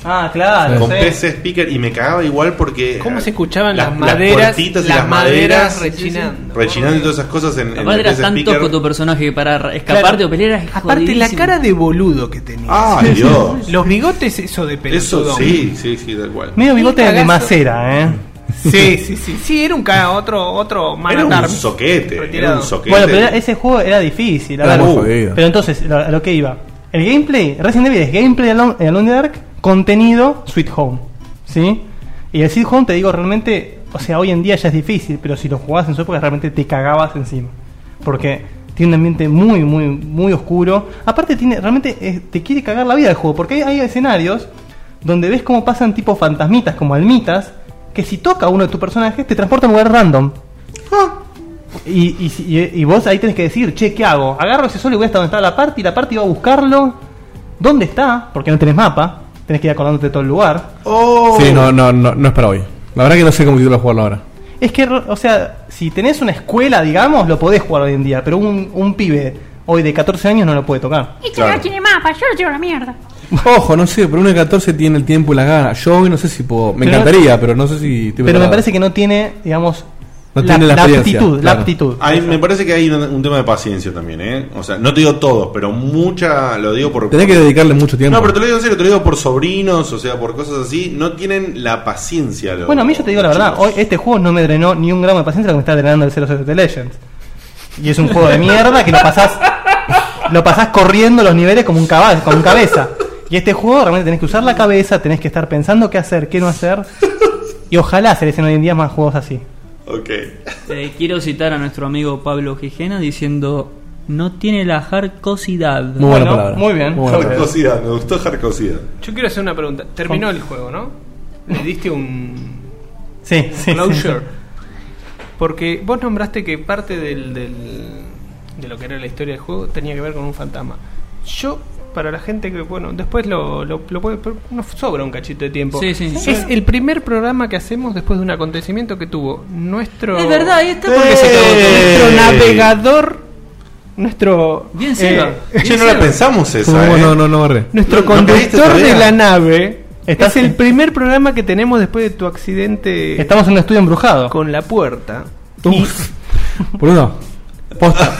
[SPEAKER 7] Ah, claro.
[SPEAKER 4] Con
[SPEAKER 7] sí.
[SPEAKER 4] PC Speaker y me cagaba igual porque.
[SPEAKER 8] ¿Cómo
[SPEAKER 4] eh,
[SPEAKER 8] se escuchaban las,
[SPEAKER 4] Las
[SPEAKER 8] maderas?
[SPEAKER 4] puertitas
[SPEAKER 8] Las,
[SPEAKER 4] y las
[SPEAKER 8] maderas
[SPEAKER 4] maderas.
[SPEAKER 8] rechinando.
[SPEAKER 4] Rechinando y todas esas cosas en, en
[SPEAKER 5] Aparte
[SPEAKER 4] el
[SPEAKER 5] eras
[SPEAKER 4] PC
[SPEAKER 5] tan
[SPEAKER 4] Speaker.
[SPEAKER 5] tosco tu personaje que para escaparte
[SPEAKER 8] Claro.
[SPEAKER 5] o pelear eras
[SPEAKER 8] Aparte, la
[SPEAKER 5] jodidísimo.
[SPEAKER 8] cara de boludo que tenía.
[SPEAKER 4] Ay, Dios.
[SPEAKER 8] Los bigotes, eso de
[SPEAKER 4] Ah. Eso
[SPEAKER 8] pelotudón.
[SPEAKER 4] sí, sí, sí, tal cual.
[SPEAKER 7] Medio bigote
[SPEAKER 8] Un
[SPEAKER 7] de
[SPEAKER 8] cagazo.
[SPEAKER 7] macera, ¿eh?
[SPEAKER 8] Sí, sí, sí. Sí, era un ca otro, otro
[SPEAKER 4] Era un
[SPEAKER 8] Manatar.
[SPEAKER 4] soquete. Era
[SPEAKER 8] Retirado.
[SPEAKER 4] un soquete.
[SPEAKER 7] Bueno, pero era- ese juego era difícil. a
[SPEAKER 6] este Era
[SPEAKER 7] ver.
[SPEAKER 6] muy jodido.
[SPEAKER 7] pero entonces, lo- a lo que iba. El gameplay, Resident Evil es gameplay Alone, Alone in the Dark, contenido Sweet Home. ¿Sí? Y el Sweet Home, te digo, realmente, o sea, hoy en día ya es difícil, pero si lo jugabas en su época, realmente te cagabas encima. Porque tiene un ambiente muy, muy, muy oscuro. Aparte, tiene realmente eh, te quiere cagar la vida el juego, porque hay, hay escenarios donde ves cómo pasan tipo fantasmitas, como almitas, que si toca a uno de tus personajes, te transporta a un lugar random. Y, y, si- y- y vos ahí tenés que decir, che, ¿qué hago? Agarro ese sol y voy hasta donde está la parte y la parte iba a buscarlo. ¿Dónde está? Porque no tenés mapa. Tenés que ir acordándote de todo el lugar.
[SPEAKER 4] Oh.
[SPEAKER 6] Sí, no, no, no, no es para hoy. La verdad que no sé cómo quiero jugarlo ahora.
[SPEAKER 7] Es que, o sea, si tenés una escuela, digamos, lo podés jugar hoy en día. Pero un, un pibe hoy de 14 años no lo puede tocar.
[SPEAKER 11] Este
[SPEAKER 4] Claro.
[SPEAKER 11] no tiene mapa, yo lo llevo a la mierda.
[SPEAKER 6] Ojo, no sé, pero uno de 14 tiene el tiempo y las ganas. Yo hoy no sé si puedo. Me
[SPEAKER 7] Pero-
[SPEAKER 6] encantaría, pero no sé si. estoy
[SPEAKER 7] Pero me
[SPEAKER 6] preparado.
[SPEAKER 7] parece que no tiene, digamos,
[SPEAKER 6] No tiene la experiencia,
[SPEAKER 7] aptitud. La
[SPEAKER 6] claro.
[SPEAKER 7] aptitud.
[SPEAKER 4] Ahí me parece que hay un, un tema de paciencia también, ¿eh? O sea, no te digo todos, pero mucha. Lo digo por.
[SPEAKER 6] Tenés que dedicarle mucho tiempo.
[SPEAKER 4] No, pero te lo digo en serio, te lo digo por sobrinos, o sea, por cosas así. No tienen la paciencia. los-
[SPEAKER 7] Bueno, a mí yo te digo la verdad,
[SPEAKER 4] chicos.
[SPEAKER 7] hoy este juego no me drenó ni un gramo de paciencia lo que me está drenando el 007 de Legends. Y es un juego de mierda que lo pasás lo pasás corriendo los niveles como un caballo, como un cabeza. Y este juego realmente tenés que usar la cabeza, tenés que estar pensando qué hacer, qué no hacer. Y ojalá se le den hoy en día más juegos así.
[SPEAKER 4] Ok.
[SPEAKER 5] Eh, quiero citar a nuestro amigo Pablo Gijena diciendo: No tiene la jarcosidad.
[SPEAKER 6] Muy buena palabra.
[SPEAKER 7] muy bien.
[SPEAKER 6] Muy buena palabra.
[SPEAKER 4] Jarcosidad, me gustó Jarcosidad.
[SPEAKER 8] Yo quiero hacer una pregunta. Terminó el juego, ¿no? Le diste un
[SPEAKER 7] Sí, sí. Eh,
[SPEAKER 8] closure. Porque vos nombraste que parte del, del- de lo que era la historia del juego tenía que ver con un fantasma. Yo, para la gente que, bueno, después lo, lo, lo puede. pero Nos sobra un cachito de tiempo.
[SPEAKER 5] Sí, sí.
[SPEAKER 8] Es el primer programa que hacemos después de un acontecimiento que tuvo nuestro.
[SPEAKER 5] Es verdad, ahí está porque
[SPEAKER 4] Eh.
[SPEAKER 5] se acabó todo.
[SPEAKER 8] Nuestro
[SPEAKER 4] Ey.
[SPEAKER 8] navegador. Nuestro.
[SPEAKER 5] Bien,
[SPEAKER 8] eh,
[SPEAKER 5] Seba.
[SPEAKER 4] Che, no la pensamos esa,
[SPEAKER 6] ¿Cómo?
[SPEAKER 4] ¿eh?
[SPEAKER 6] No, no, no, barré.
[SPEAKER 8] Nuestro
[SPEAKER 4] ¿No pediste
[SPEAKER 8] conductor
[SPEAKER 4] todavía?
[SPEAKER 8] de la nave. es
[SPEAKER 7] Estás-
[SPEAKER 8] el primer programa que tenemos después de tu accidente
[SPEAKER 7] Estamos en un estudio embrujado.
[SPEAKER 8] con la puerta.
[SPEAKER 6] Uf. Bruno, posta.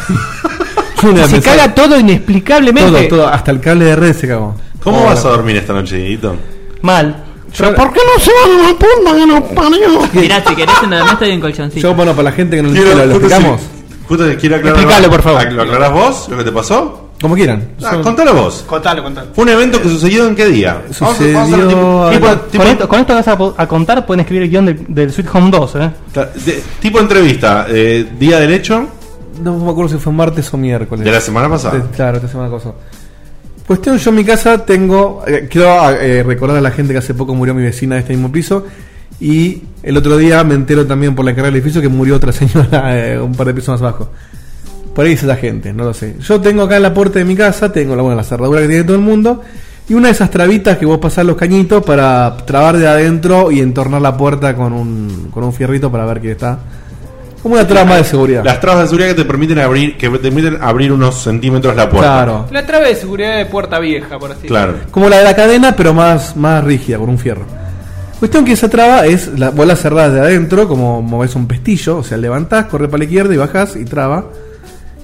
[SPEAKER 6] Yo no la
[SPEAKER 8] Se
[SPEAKER 6] pensé.
[SPEAKER 8] caga todo inexplicablemente.
[SPEAKER 6] todo, todo, hasta el cable de red se cagó.
[SPEAKER 4] ¿Cómo vas a dormir esta noche, Dieguito?
[SPEAKER 7] Mal.
[SPEAKER 6] Yo,
[SPEAKER 1] qué no se van a la punta que nos parió?
[SPEAKER 5] Mirá, si querés, nada más te doy un colchoncito.
[SPEAKER 6] yo, bueno, para la gente que no lo entiende, lo
[SPEAKER 4] justo
[SPEAKER 6] explicamos.
[SPEAKER 4] si- Justo que quiero aclarar.
[SPEAKER 7] Explicalo, por favor.
[SPEAKER 4] ¿Lo aclarás vos lo que te pasó?
[SPEAKER 6] Como quieran.
[SPEAKER 4] Ah, contalo vos.
[SPEAKER 10] Contalo, contalo.
[SPEAKER 4] ¿Fue un evento que sucedió en qué día?
[SPEAKER 6] Sucedió
[SPEAKER 4] Vamos a- vamos a hacer tipo-
[SPEAKER 6] a
[SPEAKER 4] tipo-
[SPEAKER 6] la-
[SPEAKER 4] tipo-
[SPEAKER 7] con, esto, con esto que vas a, po- a contar, pueden escribir el guión del, del Sweet Home 2, ¿eh?
[SPEAKER 4] ta- de- tipo entrevista. eh, día del hecho
[SPEAKER 6] No me acuerdo si fue martes o miércoles.
[SPEAKER 4] de la semana
[SPEAKER 6] Te-
[SPEAKER 4] pasada.
[SPEAKER 6] claro, esta semana cosa. Cuestión, yo en mi casa tengo, eh, quiero eh, recordar a la gente que hace poco murió mi vecina de este mismo piso y el otro día me entero también por la carrera del edificio que murió otra señora eh, un par de pisos más abajo. Por ahí dice la gente, no lo sé. Yo tengo acá en la puerta de mi casa, tengo la, bueno, la cerradura que tiene todo el mundo y una de esas trabitas que vos pasás los cañitos para trabar de adentro y entornar la puerta con un, con un fierrito para ver quién está. Como una trama de seguridad.
[SPEAKER 4] Las trabas de seguridad que te permiten abrir, que te permiten abrir unos centímetros la puerta.
[SPEAKER 6] Claro.
[SPEAKER 8] La trave de seguridad de puerta vieja, por así
[SPEAKER 4] Claro.
[SPEAKER 6] Como la de la cadena, pero más, más rígida, con un fierro. Cuestión que esa traba es la bola cerrada de adentro, como moves un pestillo, o sea, levantás, corre para la izquierda y bajás y traba.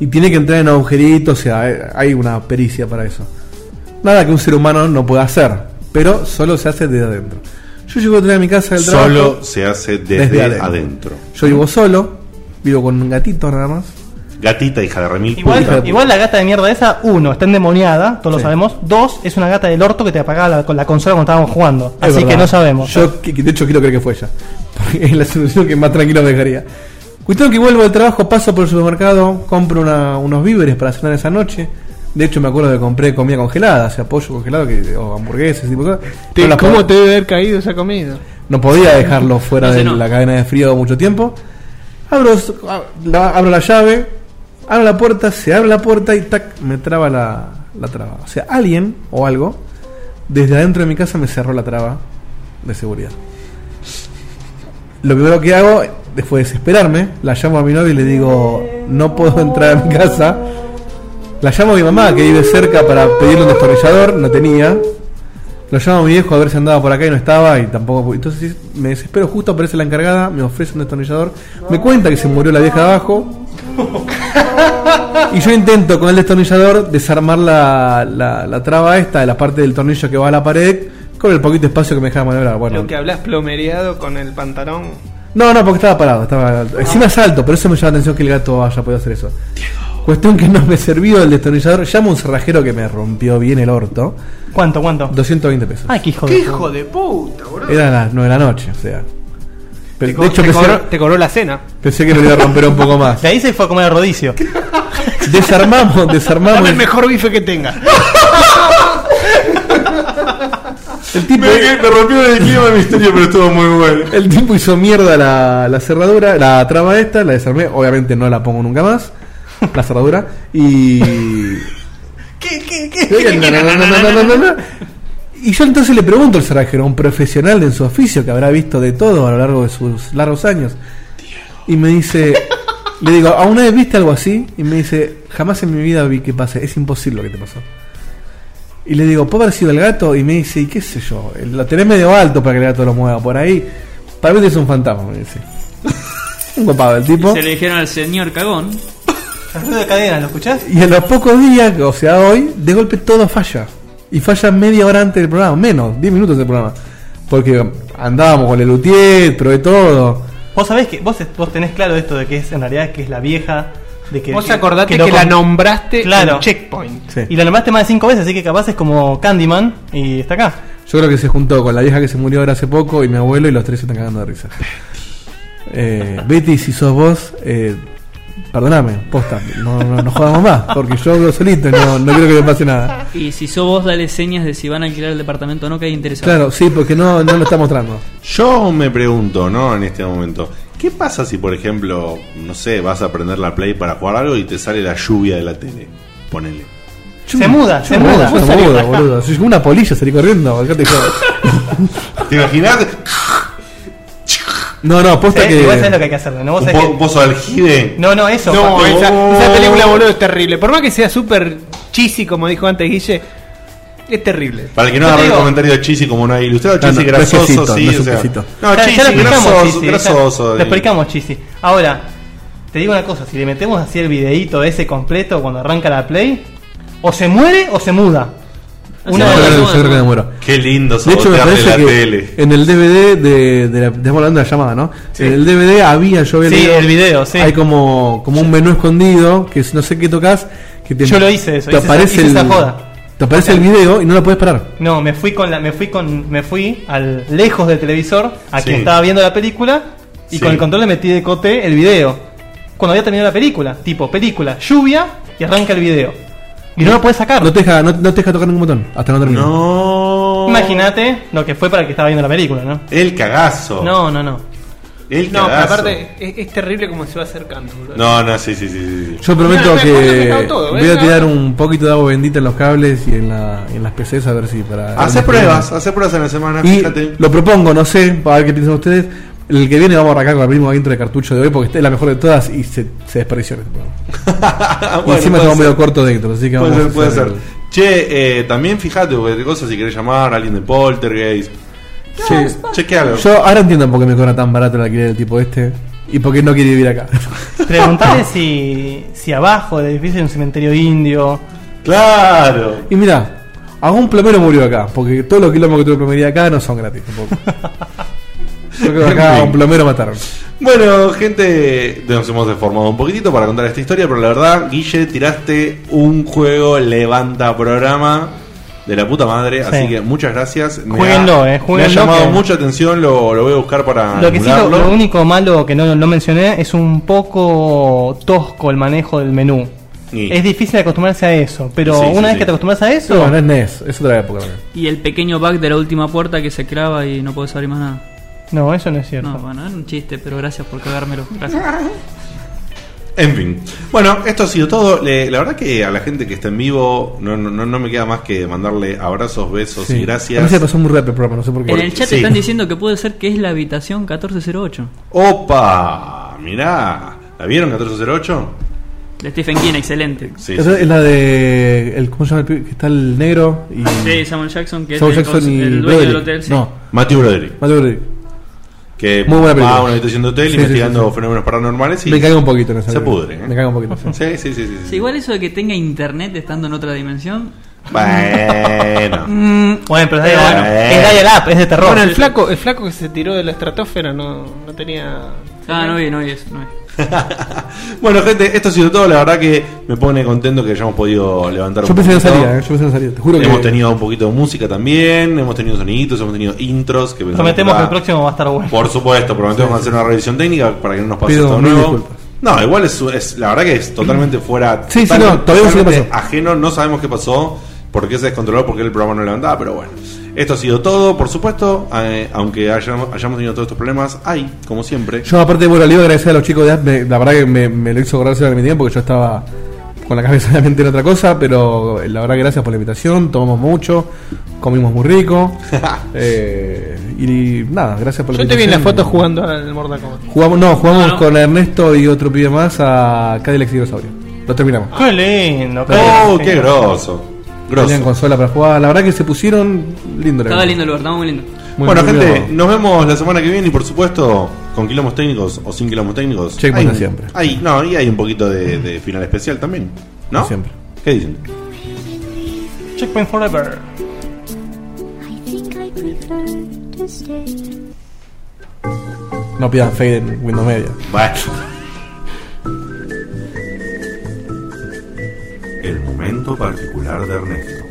[SPEAKER 6] Y tiene que entrar en agujeritos, o sea, eh, hay una pericia para eso. Nada que un ser humano no pueda hacer, pero solo se hace desde adentro. Yo llego a tener a mi casa del trabajo.
[SPEAKER 4] Solo se hace desde,
[SPEAKER 6] Desde
[SPEAKER 4] adentro.
[SPEAKER 6] adentro. Yo vivo solo, vivo con un gatito nada más.
[SPEAKER 4] Gatita, hija de Remil. puta.
[SPEAKER 6] hija
[SPEAKER 7] Igual,
[SPEAKER 6] de
[SPEAKER 7] igual la gata de mierda esa, uno, está endemoniada, todos
[SPEAKER 6] Sí.
[SPEAKER 7] lo sabemos. Dos, es una gata del orto que te apagaba la, con la consola cuando estábamos jugando.
[SPEAKER 6] Es
[SPEAKER 7] Así que
[SPEAKER 6] verdad.
[SPEAKER 7] no sabemos.
[SPEAKER 6] Yo, que- que de hecho, quiero creer que fue ella. Porque es la solución que más tranquilo me dejaría. Cuestión que vuelvo del trabajo, paso por el supermercado, compro una- unos víveres para cenar esa noche. De hecho, me acuerdo que compré comida congelada, o sea, pollo congelado que, o hamburguesas, ese tipo de cosas. No las
[SPEAKER 8] ¿Cómo
[SPEAKER 6] pod-
[SPEAKER 8] te debe haber caído esa comida?
[SPEAKER 6] No podía dejarlo fuera
[SPEAKER 5] Ese
[SPEAKER 6] de
[SPEAKER 5] no.
[SPEAKER 6] la cadena de frío mucho tiempo. Abro, la, abro la llave, abro la puerta, se abre la puerta y tac, me traba la, la traba. O sea, alguien o algo desde adentro de mi casa me cerró la traba de seguridad. Lo primero que hago, después de desesperarme, la llamo a mi novia y le digo, no puedo entrar a mi casa. La llamo a mi mamá, que vive cerca, para pedirle un destornillador, no tenía. Lo llamo a mi viejo a ver si andaba por acá y no estaba y tampoco... Entonces me desespero, justo aparece la encargada, me ofrece un destornillador, me cuenta que se murió la vieja de abajo. Y yo intento con el destornillador desarmar la, la, la traba esta, la parte del tornillo que va a la pared, con el poquito espacio que me deja maniobrar. Bueno,
[SPEAKER 8] Lo que hablas plomereado con el pantalón.
[SPEAKER 6] no, no, porque estaba parado. Estaba, Encima salto, pero eso me llama la atención que el gato haya podido hacer eso. Cuestión que no me sirvió el destornillador. Llamo a un cerrajero que me rompió bien el orto.
[SPEAKER 7] ¿Cuánto, cuánto?
[SPEAKER 6] 220 pesos.
[SPEAKER 7] Ay, qué hijo
[SPEAKER 8] ¡Qué
[SPEAKER 7] de.
[SPEAKER 8] hijo de puta, boludo!
[SPEAKER 6] Eran las 9 de la noche, o sea. Pero, de hecho,
[SPEAKER 8] te,
[SPEAKER 6] pensé,
[SPEAKER 8] cobró, te cobró la cena.
[SPEAKER 6] pensé que lo iba a romper un poco más.
[SPEAKER 7] De ahí se fue a comer el rodicio.
[SPEAKER 6] Desarmamos, desarmamos.
[SPEAKER 10] Dame el
[SPEAKER 6] El,
[SPEAKER 10] mejor bife que tenga.
[SPEAKER 6] tipo,
[SPEAKER 4] Me, me rompió el clima de misterio, pero estuvo muy bueno.
[SPEAKER 6] el tipo hizo mierda la, la cerradura, la traba esta, la desarmé. Obviamente no la pongo nunca más. La cerradura. Y.
[SPEAKER 10] ¿Qué, qué, qué?
[SPEAKER 6] Na, na, na, na, na, na, na. Y yo entonces le pregunto al cerrajero, un profesional en su oficio que habrá visto de todo a lo largo de sus largos años. Y me dice, le digo, ¿a una vez viste algo así? Y me dice, jamás en mi vida vi que pase, es imposible lo que te pasó. Y le digo, ¿puede haber sido el gato? Y me dice, ¿y qué sé yo? Lo tenés medio alto para que el gato lo mueva por ahí. Para mí es un fantasma, me dice. Un copado el tipo.
[SPEAKER 5] Se le dijeron al señor cagón.
[SPEAKER 7] El ruido de cadena, ¿lo escuchás?
[SPEAKER 6] Y a los pocos días, o sea, hoy, de golpe todo falla. Y falla media hora antes del programa, menos, 10 minutos del programa. Porque andábamos con el lutier, probé todo.
[SPEAKER 7] Vos sabés que vos, vos tenés claro esto de que es en realidad que es la vieja. De que,
[SPEAKER 8] Vos acordate que,
[SPEAKER 7] lo
[SPEAKER 8] la
[SPEAKER 7] con-
[SPEAKER 8] nombraste
[SPEAKER 7] Claro.
[SPEAKER 8] en Checkpoint.
[SPEAKER 6] Sí.
[SPEAKER 7] Y lo nombraste más de cinco veces, así que capaz es como Candyman y está acá.
[SPEAKER 6] Yo creo que se juntó con la vieja que se murió ahora hace poco y mi abuelo y los tres se están cagando de risa. Eh, Betty, si sos vos, eh, perdoname, posta, no, no, no jodamos más, porque yo hablo solito, no, no creo que me pase nada.
[SPEAKER 5] Y si sos vos, dale señas de si van a alquilar el departamento o no, que hay interesado.
[SPEAKER 6] Claro, sí, porque no, no lo está mostrando.
[SPEAKER 4] Yo me pregunto, ¿no? En este momento, ¿qué pasa si, por ejemplo, no sé, vas a prender la Play para jugar algo y te sale la lluvia de la tele? Ponele.
[SPEAKER 7] Se muda, se
[SPEAKER 6] Yo me
[SPEAKER 7] muda.
[SPEAKER 6] mudo, yo me mudo, boludo. Soy como una polilla, salí corriendo. acá te jodas.
[SPEAKER 4] ¿Te imaginas?
[SPEAKER 6] No, no, posta
[SPEAKER 7] Eh,
[SPEAKER 6] que.
[SPEAKER 7] Igual sabés lo que hay que hacer, ¿no? Vos sabés
[SPEAKER 4] ¿Un
[SPEAKER 7] que-
[SPEAKER 4] pozo de aljibe?
[SPEAKER 7] No, no, eso.
[SPEAKER 4] No,
[SPEAKER 7] Paco.
[SPEAKER 4] esa-
[SPEAKER 8] Esa película, boludo, es terrible. Por más que sea súper cheesy, como dijo antes Guille, es terrible.
[SPEAKER 4] Para el que no
[SPEAKER 7] Yo te
[SPEAKER 4] agarre el
[SPEAKER 7] digo-
[SPEAKER 4] comentario de Chisi como no hay ilustrado,
[SPEAKER 6] No,
[SPEAKER 4] Chisi
[SPEAKER 6] no,
[SPEAKER 4] grasoso,
[SPEAKER 6] no es
[SPEAKER 4] sí. o
[SPEAKER 6] quesito,
[SPEAKER 4] sea.
[SPEAKER 6] no es un quesito.
[SPEAKER 4] No,
[SPEAKER 7] Ya-
[SPEAKER 4] Chisi
[SPEAKER 7] ya lo explicamos,
[SPEAKER 4] grasoso,
[SPEAKER 7] Chisi, ya-
[SPEAKER 4] grasoso. eh.
[SPEAKER 7] Lo explicamos, Chisi. Ahora, te digo una cosa, si le metemos así el videíto ese completo cuando arranca la play, o se muere o se muda. Una
[SPEAKER 6] No,
[SPEAKER 5] Sí,
[SPEAKER 6] yo
[SPEAKER 5] sí,
[SPEAKER 7] de
[SPEAKER 5] sí.
[SPEAKER 6] creo
[SPEAKER 7] dos.
[SPEAKER 6] que- yo creo que me muero.
[SPEAKER 4] Qué lindo
[SPEAKER 6] De hecho, me
[SPEAKER 4] sabotearle
[SPEAKER 6] parece
[SPEAKER 4] la
[SPEAKER 6] que
[SPEAKER 4] tele.
[SPEAKER 6] en el DVD de, de la, estamos hablando de la llamada, ¿no? En el DVD había, yo había
[SPEAKER 7] Sí,
[SPEAKER 6] leído,
[SPEAKER 7] el video, sí.
[SPEAKER 6] Hay como, como un menú escondido que es no sé qué tocas. Que te,
[SPEAKER 7] Yo lo hice eso,
[SPEAKER 6] Te
[SPEAKER 7] hice esa-
[SPEAKER 6] aparece
[SPEAKER 7] hice
[SPEAKER 6] el,
[SPEAKER 7] esa joda.
[SPEAKER 6] Te aparece el video y no lo puedes parar.
[SPEAKER 7] No, me fui con la, me fui con, me fui al lejos del televisor a
[SPEAKER 4] Sí.
[SPEAKER 7] quien estaba viendo la película y
[SPEAKER 4] Sí.
[SPEAKER 7] con el control le metí de cote el video. Cuando había terminado la película, tipo película, lluvia y arranca el video. Y no lo puedes sacar.
[SPEAKER 6] No te deja, no, no te deja tocar ningún botón hasta que no termine.
[SPEAKER 4] No.
[SPEAKER 7] Imagínate lo que fue para el que estaba viendo la película, ¿no?
[SPEAKER 4] El cagazo.
[SPEAKER 7] No, no, no.
[SPEAKER 4] El
[SPEAKER 8] No, pero
[SPEAKER 4] cagazo.
[SPEAKER 8] aparte, es, es terrible como se va acercando, boludo.
[SPEAKER 4] No, no, sí, sí, sí. sí, sí.
[SPEAKER 6] Yo prometo
[SPEAKER 8] No, me- me he
[SPEAKER 6] que
[SPEAKER 8] dejado todo,
[SPEAKER 6] voy
[SPEAKER 8] ¿eh?
[SPEAKER 6] a tirar
[SPEAKER 8] No.
[SPEAKER 6] un poquito de agua bendita en los cables y en, la, en las PCs a ver si para.
[SPEAKER 4] Hacé
[SPEAKER 6] para-
[SPEAKER 4] pruebas, hacé pruebas en la semana,
[SPEAKER 6] Y
[SPEAKER 4] fíjate.
[SPEAKER 6] lo propongo, no sé, para ver qué piensan ustedes. El que viene vamos a arrancar con el mismo intro de cartucho de hoy porque esta es la mejor de todas y se, se desperdició. este programa.
[SPEAKER 4] Ah,
[SPEAKER 6] y
[SPEAKER 4] bueno,
[SPEAKER 6] encima
[SPEAKER 4] puede
[SPEAKER 6] estamos medio
[SPEAKER 4] ser.
[SPEAKER 6] corto de intro, así que
[SPEAKER 4] Puede
[SPEAKER 6] vamos
[SPEAKER 4] ser,
[SPEAKER 6] a
[SPEAKER 4] puede
[SPEAKER 6] hacer
[SPEAKER 4] ser. Che, eh, también fíjate, cualquier cosa, si querés llamar a alguien de Poltergeist.
[SPEAKER 6] el- Sí.
[SPEAKER 4] Chequealo.
[SPEAKER 6] Yo ahora entiendo por qué me cobra tan barato el alquiler del tipo este y por qué no quiere vivir acá.
[SPEAKER 7] Preguntale si, si abajo del edificio hay un cementerio indio.
[SPEAKER 4] Claro.
[SPEAKER 6] y mira, algún plomero murió acá, porque todos los kilómetros que tuve plomería acá no son gratis tampoco. Yo creo que acá a un plomero mataron.
[SPEAKER 4] Bueno, gente, nos hemos deformado un poquitito para contar esta historia, pero la verdad, Guille, tiraste un juego levanta programa de la puta madre, así que muchas gracias. Me
[SPEAKER 7] Júguenlo,
[SPEAKER 4] ha-
[SPEAKER 7] eh, júguenlo
[SPEAKER 4] Me ha llamado
[SPEAKER 7] que-
[SPEAKER 4] mucha atención, lo, lo voy a buscar para
[SPEAKER 7] Lo que sí, lo,
[SPEAKER 4] Ah, emularlo.
[SPEAKER 7] lo único malo que no, no mencioné es un poco tosco el manejo del menú.
[SPEAKER 4] Sí.
[SPEAKER 7] Es difícil acostumbrarse a eso, pero
[SPEAKER 4] Sí, sí,
[SPEAKER 7] una vez
[SPEAKER 4] sí.
[SPEAKER 7] que te acostumbras a eso,
[SPEAKER 6] No, no es NES, es otra época. también.
[SPEAKER 5] Y el pequeño bug de la última puerta que se clava y no puedes abrir más nada.
[SPEAKER 7] no, eso no es cierto.
[SPEAKER 5] No, bueno, era un chiste, pero gracias por cagármelo. Gracias.
[SPEAKER 4] En fin. Bueno, esto ha sido todo. Le- la verdad que a la gente que está en vivo, no, no, no- no me queda más que mandarle abrazos, besos
[SPEAKER 6] Sí.
[SPEAKER 4] y
[SPEAKER 6] A mí
[SPEAKER 4] gracias.
[SPEAKER 6] se pasó muy rápido el programa, no sé por
[SPEAKER 5] En
[SPEAKER 6] qué.
[SPEAKER 5] el chat
[SPEAKER 4] Sí.
[SPEAKER 5] están diciendo que puede ser que es la habitación 1408
[SPEAKER 4] Opa, mirá. ¿La vieron 1408?
[SPEAKER 5] de Stephen King, excelente.
[SPEAKER 4] Sí.
[SPEAKER 6] Esa
[SPEAKER 4] sí.
[SPEAKER 6] es la de. El, ¿Cómo se llama el pibe? Que está el negro y.
[SPEAKER 5] Sí, Samuel Jackson, que
[SPEAKER 6] Saul
[SPEAKER 5] es el,
[SPEAKER 6] Jackson
[SPEAKER 5] cons-
[SPEAKER 6] y
[SPEAKER 5] el dueño
[SPEAKER 6] Broderick.
[SPEAKER 5] del hotel. sí.
[SPEAKER 6] No,
[SPEAKER 4] Matthew Broderick.
[SPEAKER 6] Matthew Broderick.
[SPEAKER 4] Que
[SPEAKER 6] Muy buena película.
[SPEAKER 4] va a una habitación de hotel
[SPEAKER 6] Sí, sí,
[SPEAKER 4] investigando
[SPEAKER 6] sí, sí.
[SPEAKER 4] fenómenos paranormales y.
[SPEAKER 6] Me caigo un poquito en esa
[SPEAKER 4] Se
[SPEAKER 6] película.
[SPEAKER 4] pudre, ¿eh?
[SPEAKER 6] Me cago un poquito. sí.
[SPEAKER 4] Sí, sí, sí. sí, sí.
[SPEAKER 5] Sí, igual eso de que tenga internet estando en otra dimensión.
[SPEAKER 4] Bueno.
[SPEAKER 5] mm,
[SPEAKER 7] Bueno, pero es
[SPEAKER 4] Pero
[SPEAKER 7] dial-
[SPEAKER 4] bueno.
[SPEAKER 7] es dial-up, es de terror.
[SPEAKER 8] Bueno, el flaco, el flaco que se tiró de la estratosfera no, no tenía.
[SPEAKER 5] ah, no vi, no vi eso. No vi.
[SPEAKER 4] bueno, gente, esto ha sido todo. La verdad que me pone contento que hayamos podido levantar
[SPEAKER 6] Yo pensé que no
[SPEAKER 4] poquito.
[SPEAKER 6] salía, ¿eh? yo pensé que no salía. Te juro que.
[SPEAKER 4] Hemos tenido un poquito de música también, hemos tenido soniditos, hemos tenido intros que pensamos
[SPEAKER 7] Prometemos
[SPEAKER 4] que
[SPEAKER 7] que el
[SPEAKER 4] era-
[SPEAKER 7] próximo va a estar bueno.
[SPEAKER 4] Por supuesto, prometemos hacer una revisión técnica para que no nos pase
[SPEAKER 6] Pido
[SPEAKER 4] todo
[SPEAKER 6] mil
[SPEAKER 4] nuevo.
[SPEAKER 6] disculpas. Mm.
[SPEAKER 4] No, igual es, es- la verdad que es totalmente fuera
[SPEAKER 6] Sí, sí,
[SPEAKER 4] totalmente-
[SPEAKER 6] no, todavía no sé qué
[SPEAKER 4] totalmente
[SPEAKER 6] pasó.
[SPEAKER 4] ajeno, no sabemos qué pasó, por qué se descontroló, por qué el programa no levantaba, pero bueno. Esto ha sido todo, por supuesto, eh, aunque hayamos, hayamos tenido todos estos problemas, hay, como siempre.
[SPEAKER 6] Yo, aparte, bueno, le iba a agradecer a los chicos de APME. La verdad que me, me lo hizo acordar de mi tiempo porque yo estaba con la cabeza solamente en otra cosa. Pero eh, la verdad, gracias por la invitación. Tomamos mucho, comimos muy rico. eh, y nada, gracias por la
[SPEAKER 8] Yo te vi en las
[SPEAKER 6] invitación.
[SPEAKER 8] fotos jugando al Mortal Kombat.
[SPEAKER 6] Jugamos, no, jugamos
[SPEAKER 5] No, no.
[SPEAKER 6] con Ernesto y otro pibe más a Cadillac Dinosaurio. Lo terminamos.
[SPEAKER 7] Qué lindo,
[SPEAKER 4] ¡Oh,
[SPEAKER 7] qué
[SPEAKER 4] qué
[SPEAKER 7] lindo.
[SPEAKER 4] grosso!
[SPEAKER 6] Tenían
[SPEAKER 4] Grosso.
[SPEAKER 6] consola para jugar. La verdad que se pusieron lindo. la
[SPEAKER 5] Estaba
[SPEAKER 6] verdad.
[SPEAKER 5] lindo el lugar, estaba muy lindo.
[SPEAKER 6] Muy,
[SPEAKER 4] bueno,
[SPEAKER 6] muy
[SPEAKER 4] gente,
[SPEAKER 6] bien.
[SPEAKER 4] nos vemos la semana que viene y por supuesto con quilombos técnicos o sin quilombos técnicos.
[SPEAKER 6] Checkpoint
[SPEAKER 4] Hay-
[SPEAKER 6] siempre.
[SPEAKER 4] hay- no, y hay un poquito de, de final especial también, ¿no?
[SPEAKER 6] Siempre.
[SPEAKER 4] ¿Qué dicen?
[SPEAKER 7] Checkpoint Forever.
[SPEAKER 11] I think I prefer to stay.
[SPEAKER 6] No pidan fade en Windows Media.
[SPEAKER 4] Bueno. El momento particular de Ernesto.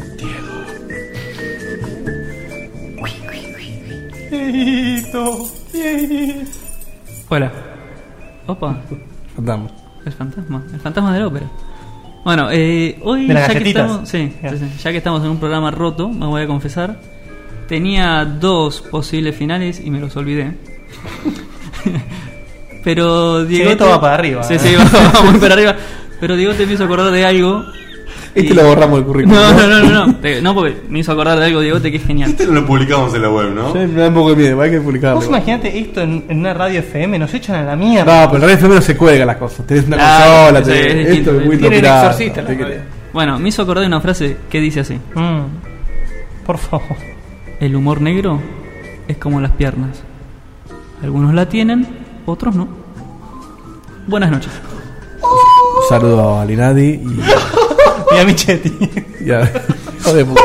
[SPEAKER 5] Hola. Opa.
[SPEAKER 6] Fantasma.
[SPEAKER 5] El fantasma. El fantasma de la ópera. Bueno, eh, hoy
[SPEAKER 7] De las
[SPEAKER 5] ya que,
[SPEAKER 7] galletitas.
[SPEAKER 5] estamos, sí, sí, sí, ya que estamos en un programa roto, me voy a confesar, tenía dos posibles finales y me los olvidé. Pero Diego...
[SPEAKER 7] esto va para arriba,
[SPEAKER 5] Sí,
[SPEAKER 7] ¿eh?
[SPEAKER 5] sí, va, va muy para arriba. Pero Diego te me hizo acordar de algo.
[SPEAKER 6] Este lo borramos del currículum.
[SPEAKER 5] No, no, no, no. No, Te- no, porque me hizo acordar de algo, Diego, te que es genial.
[SPEAKER 4] Este no lo publicamos en la web, ¿no?
[SPEAKER 6] Yo me da un poco de miedo, hay que publicarlo.
[SPEAKER 7] Vos imaginate esto en, en una radio FM, nos echan a la mierda.
[SPEAKER 4] Ah.
[SPEAKER 6] No, pero en realidad no se cuelga las cosas. Tenés una
[SPEAKER 5] Ah,
[SPEAKER 6] consola,
[SPEAKER 5] sí,
[SPEAKER 6] tenés-
[SPEAKER 5] es distinto,
[SPEAKER 6] esto es
[SPEAKER 5] sí.
[SPEAKER 6] Windows
[SPEAKER 5] Tienen
[SPEAKER 6] pirata,
[SPEAKER 5] exorcista,
[SPEAKER 6] así que-
[SPEAKER 5] Bueno, me hizo acordar de una frase que dice así.
[SPEAKER 7] Mm. Por favor.
[SPEAKER 5] El humor negro es como las piernas. Algunos la tienen, otros no. Buenas noches.
[SPEAKER 6] Un saludo a Linadi y,
[SPEAKER 7] Y a Michetti.
[SPEAKER 6] y a. Joder, puta.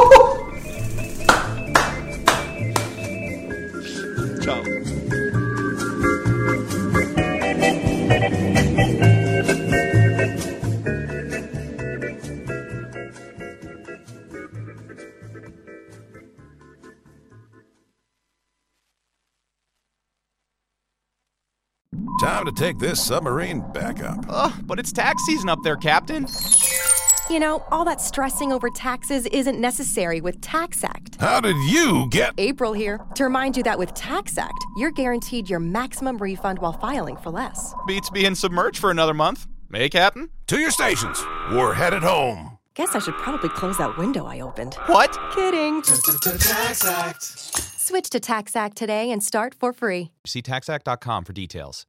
[SPEAKER 12] Time to take this submarine back up.
[SPEAKER 13] Oh, but it's tax season up there, Captain.
[SPEAKER 14] You know, all that stressing over taxes isn't necessary with Tax Act.
[SPEAKER 12] How did you get?
[SPEAKER 14] April here to remind you that with Tax Act, you're guaranteed your maximum refund while filing for less.
[SPEAKER 13] Beats being submerged for another month. Eh, Captain?
[SPEAKER 12] To your stations. We're headed home.
[SPEAKER 14] Guess I should probably close that window I opened.
[SPEAKER 13] What?
[SPEAKER 14] Kidding. Tax Act. Switch to Tax Act today and start for free.
[SPEAKER 13] See taxact.com for details.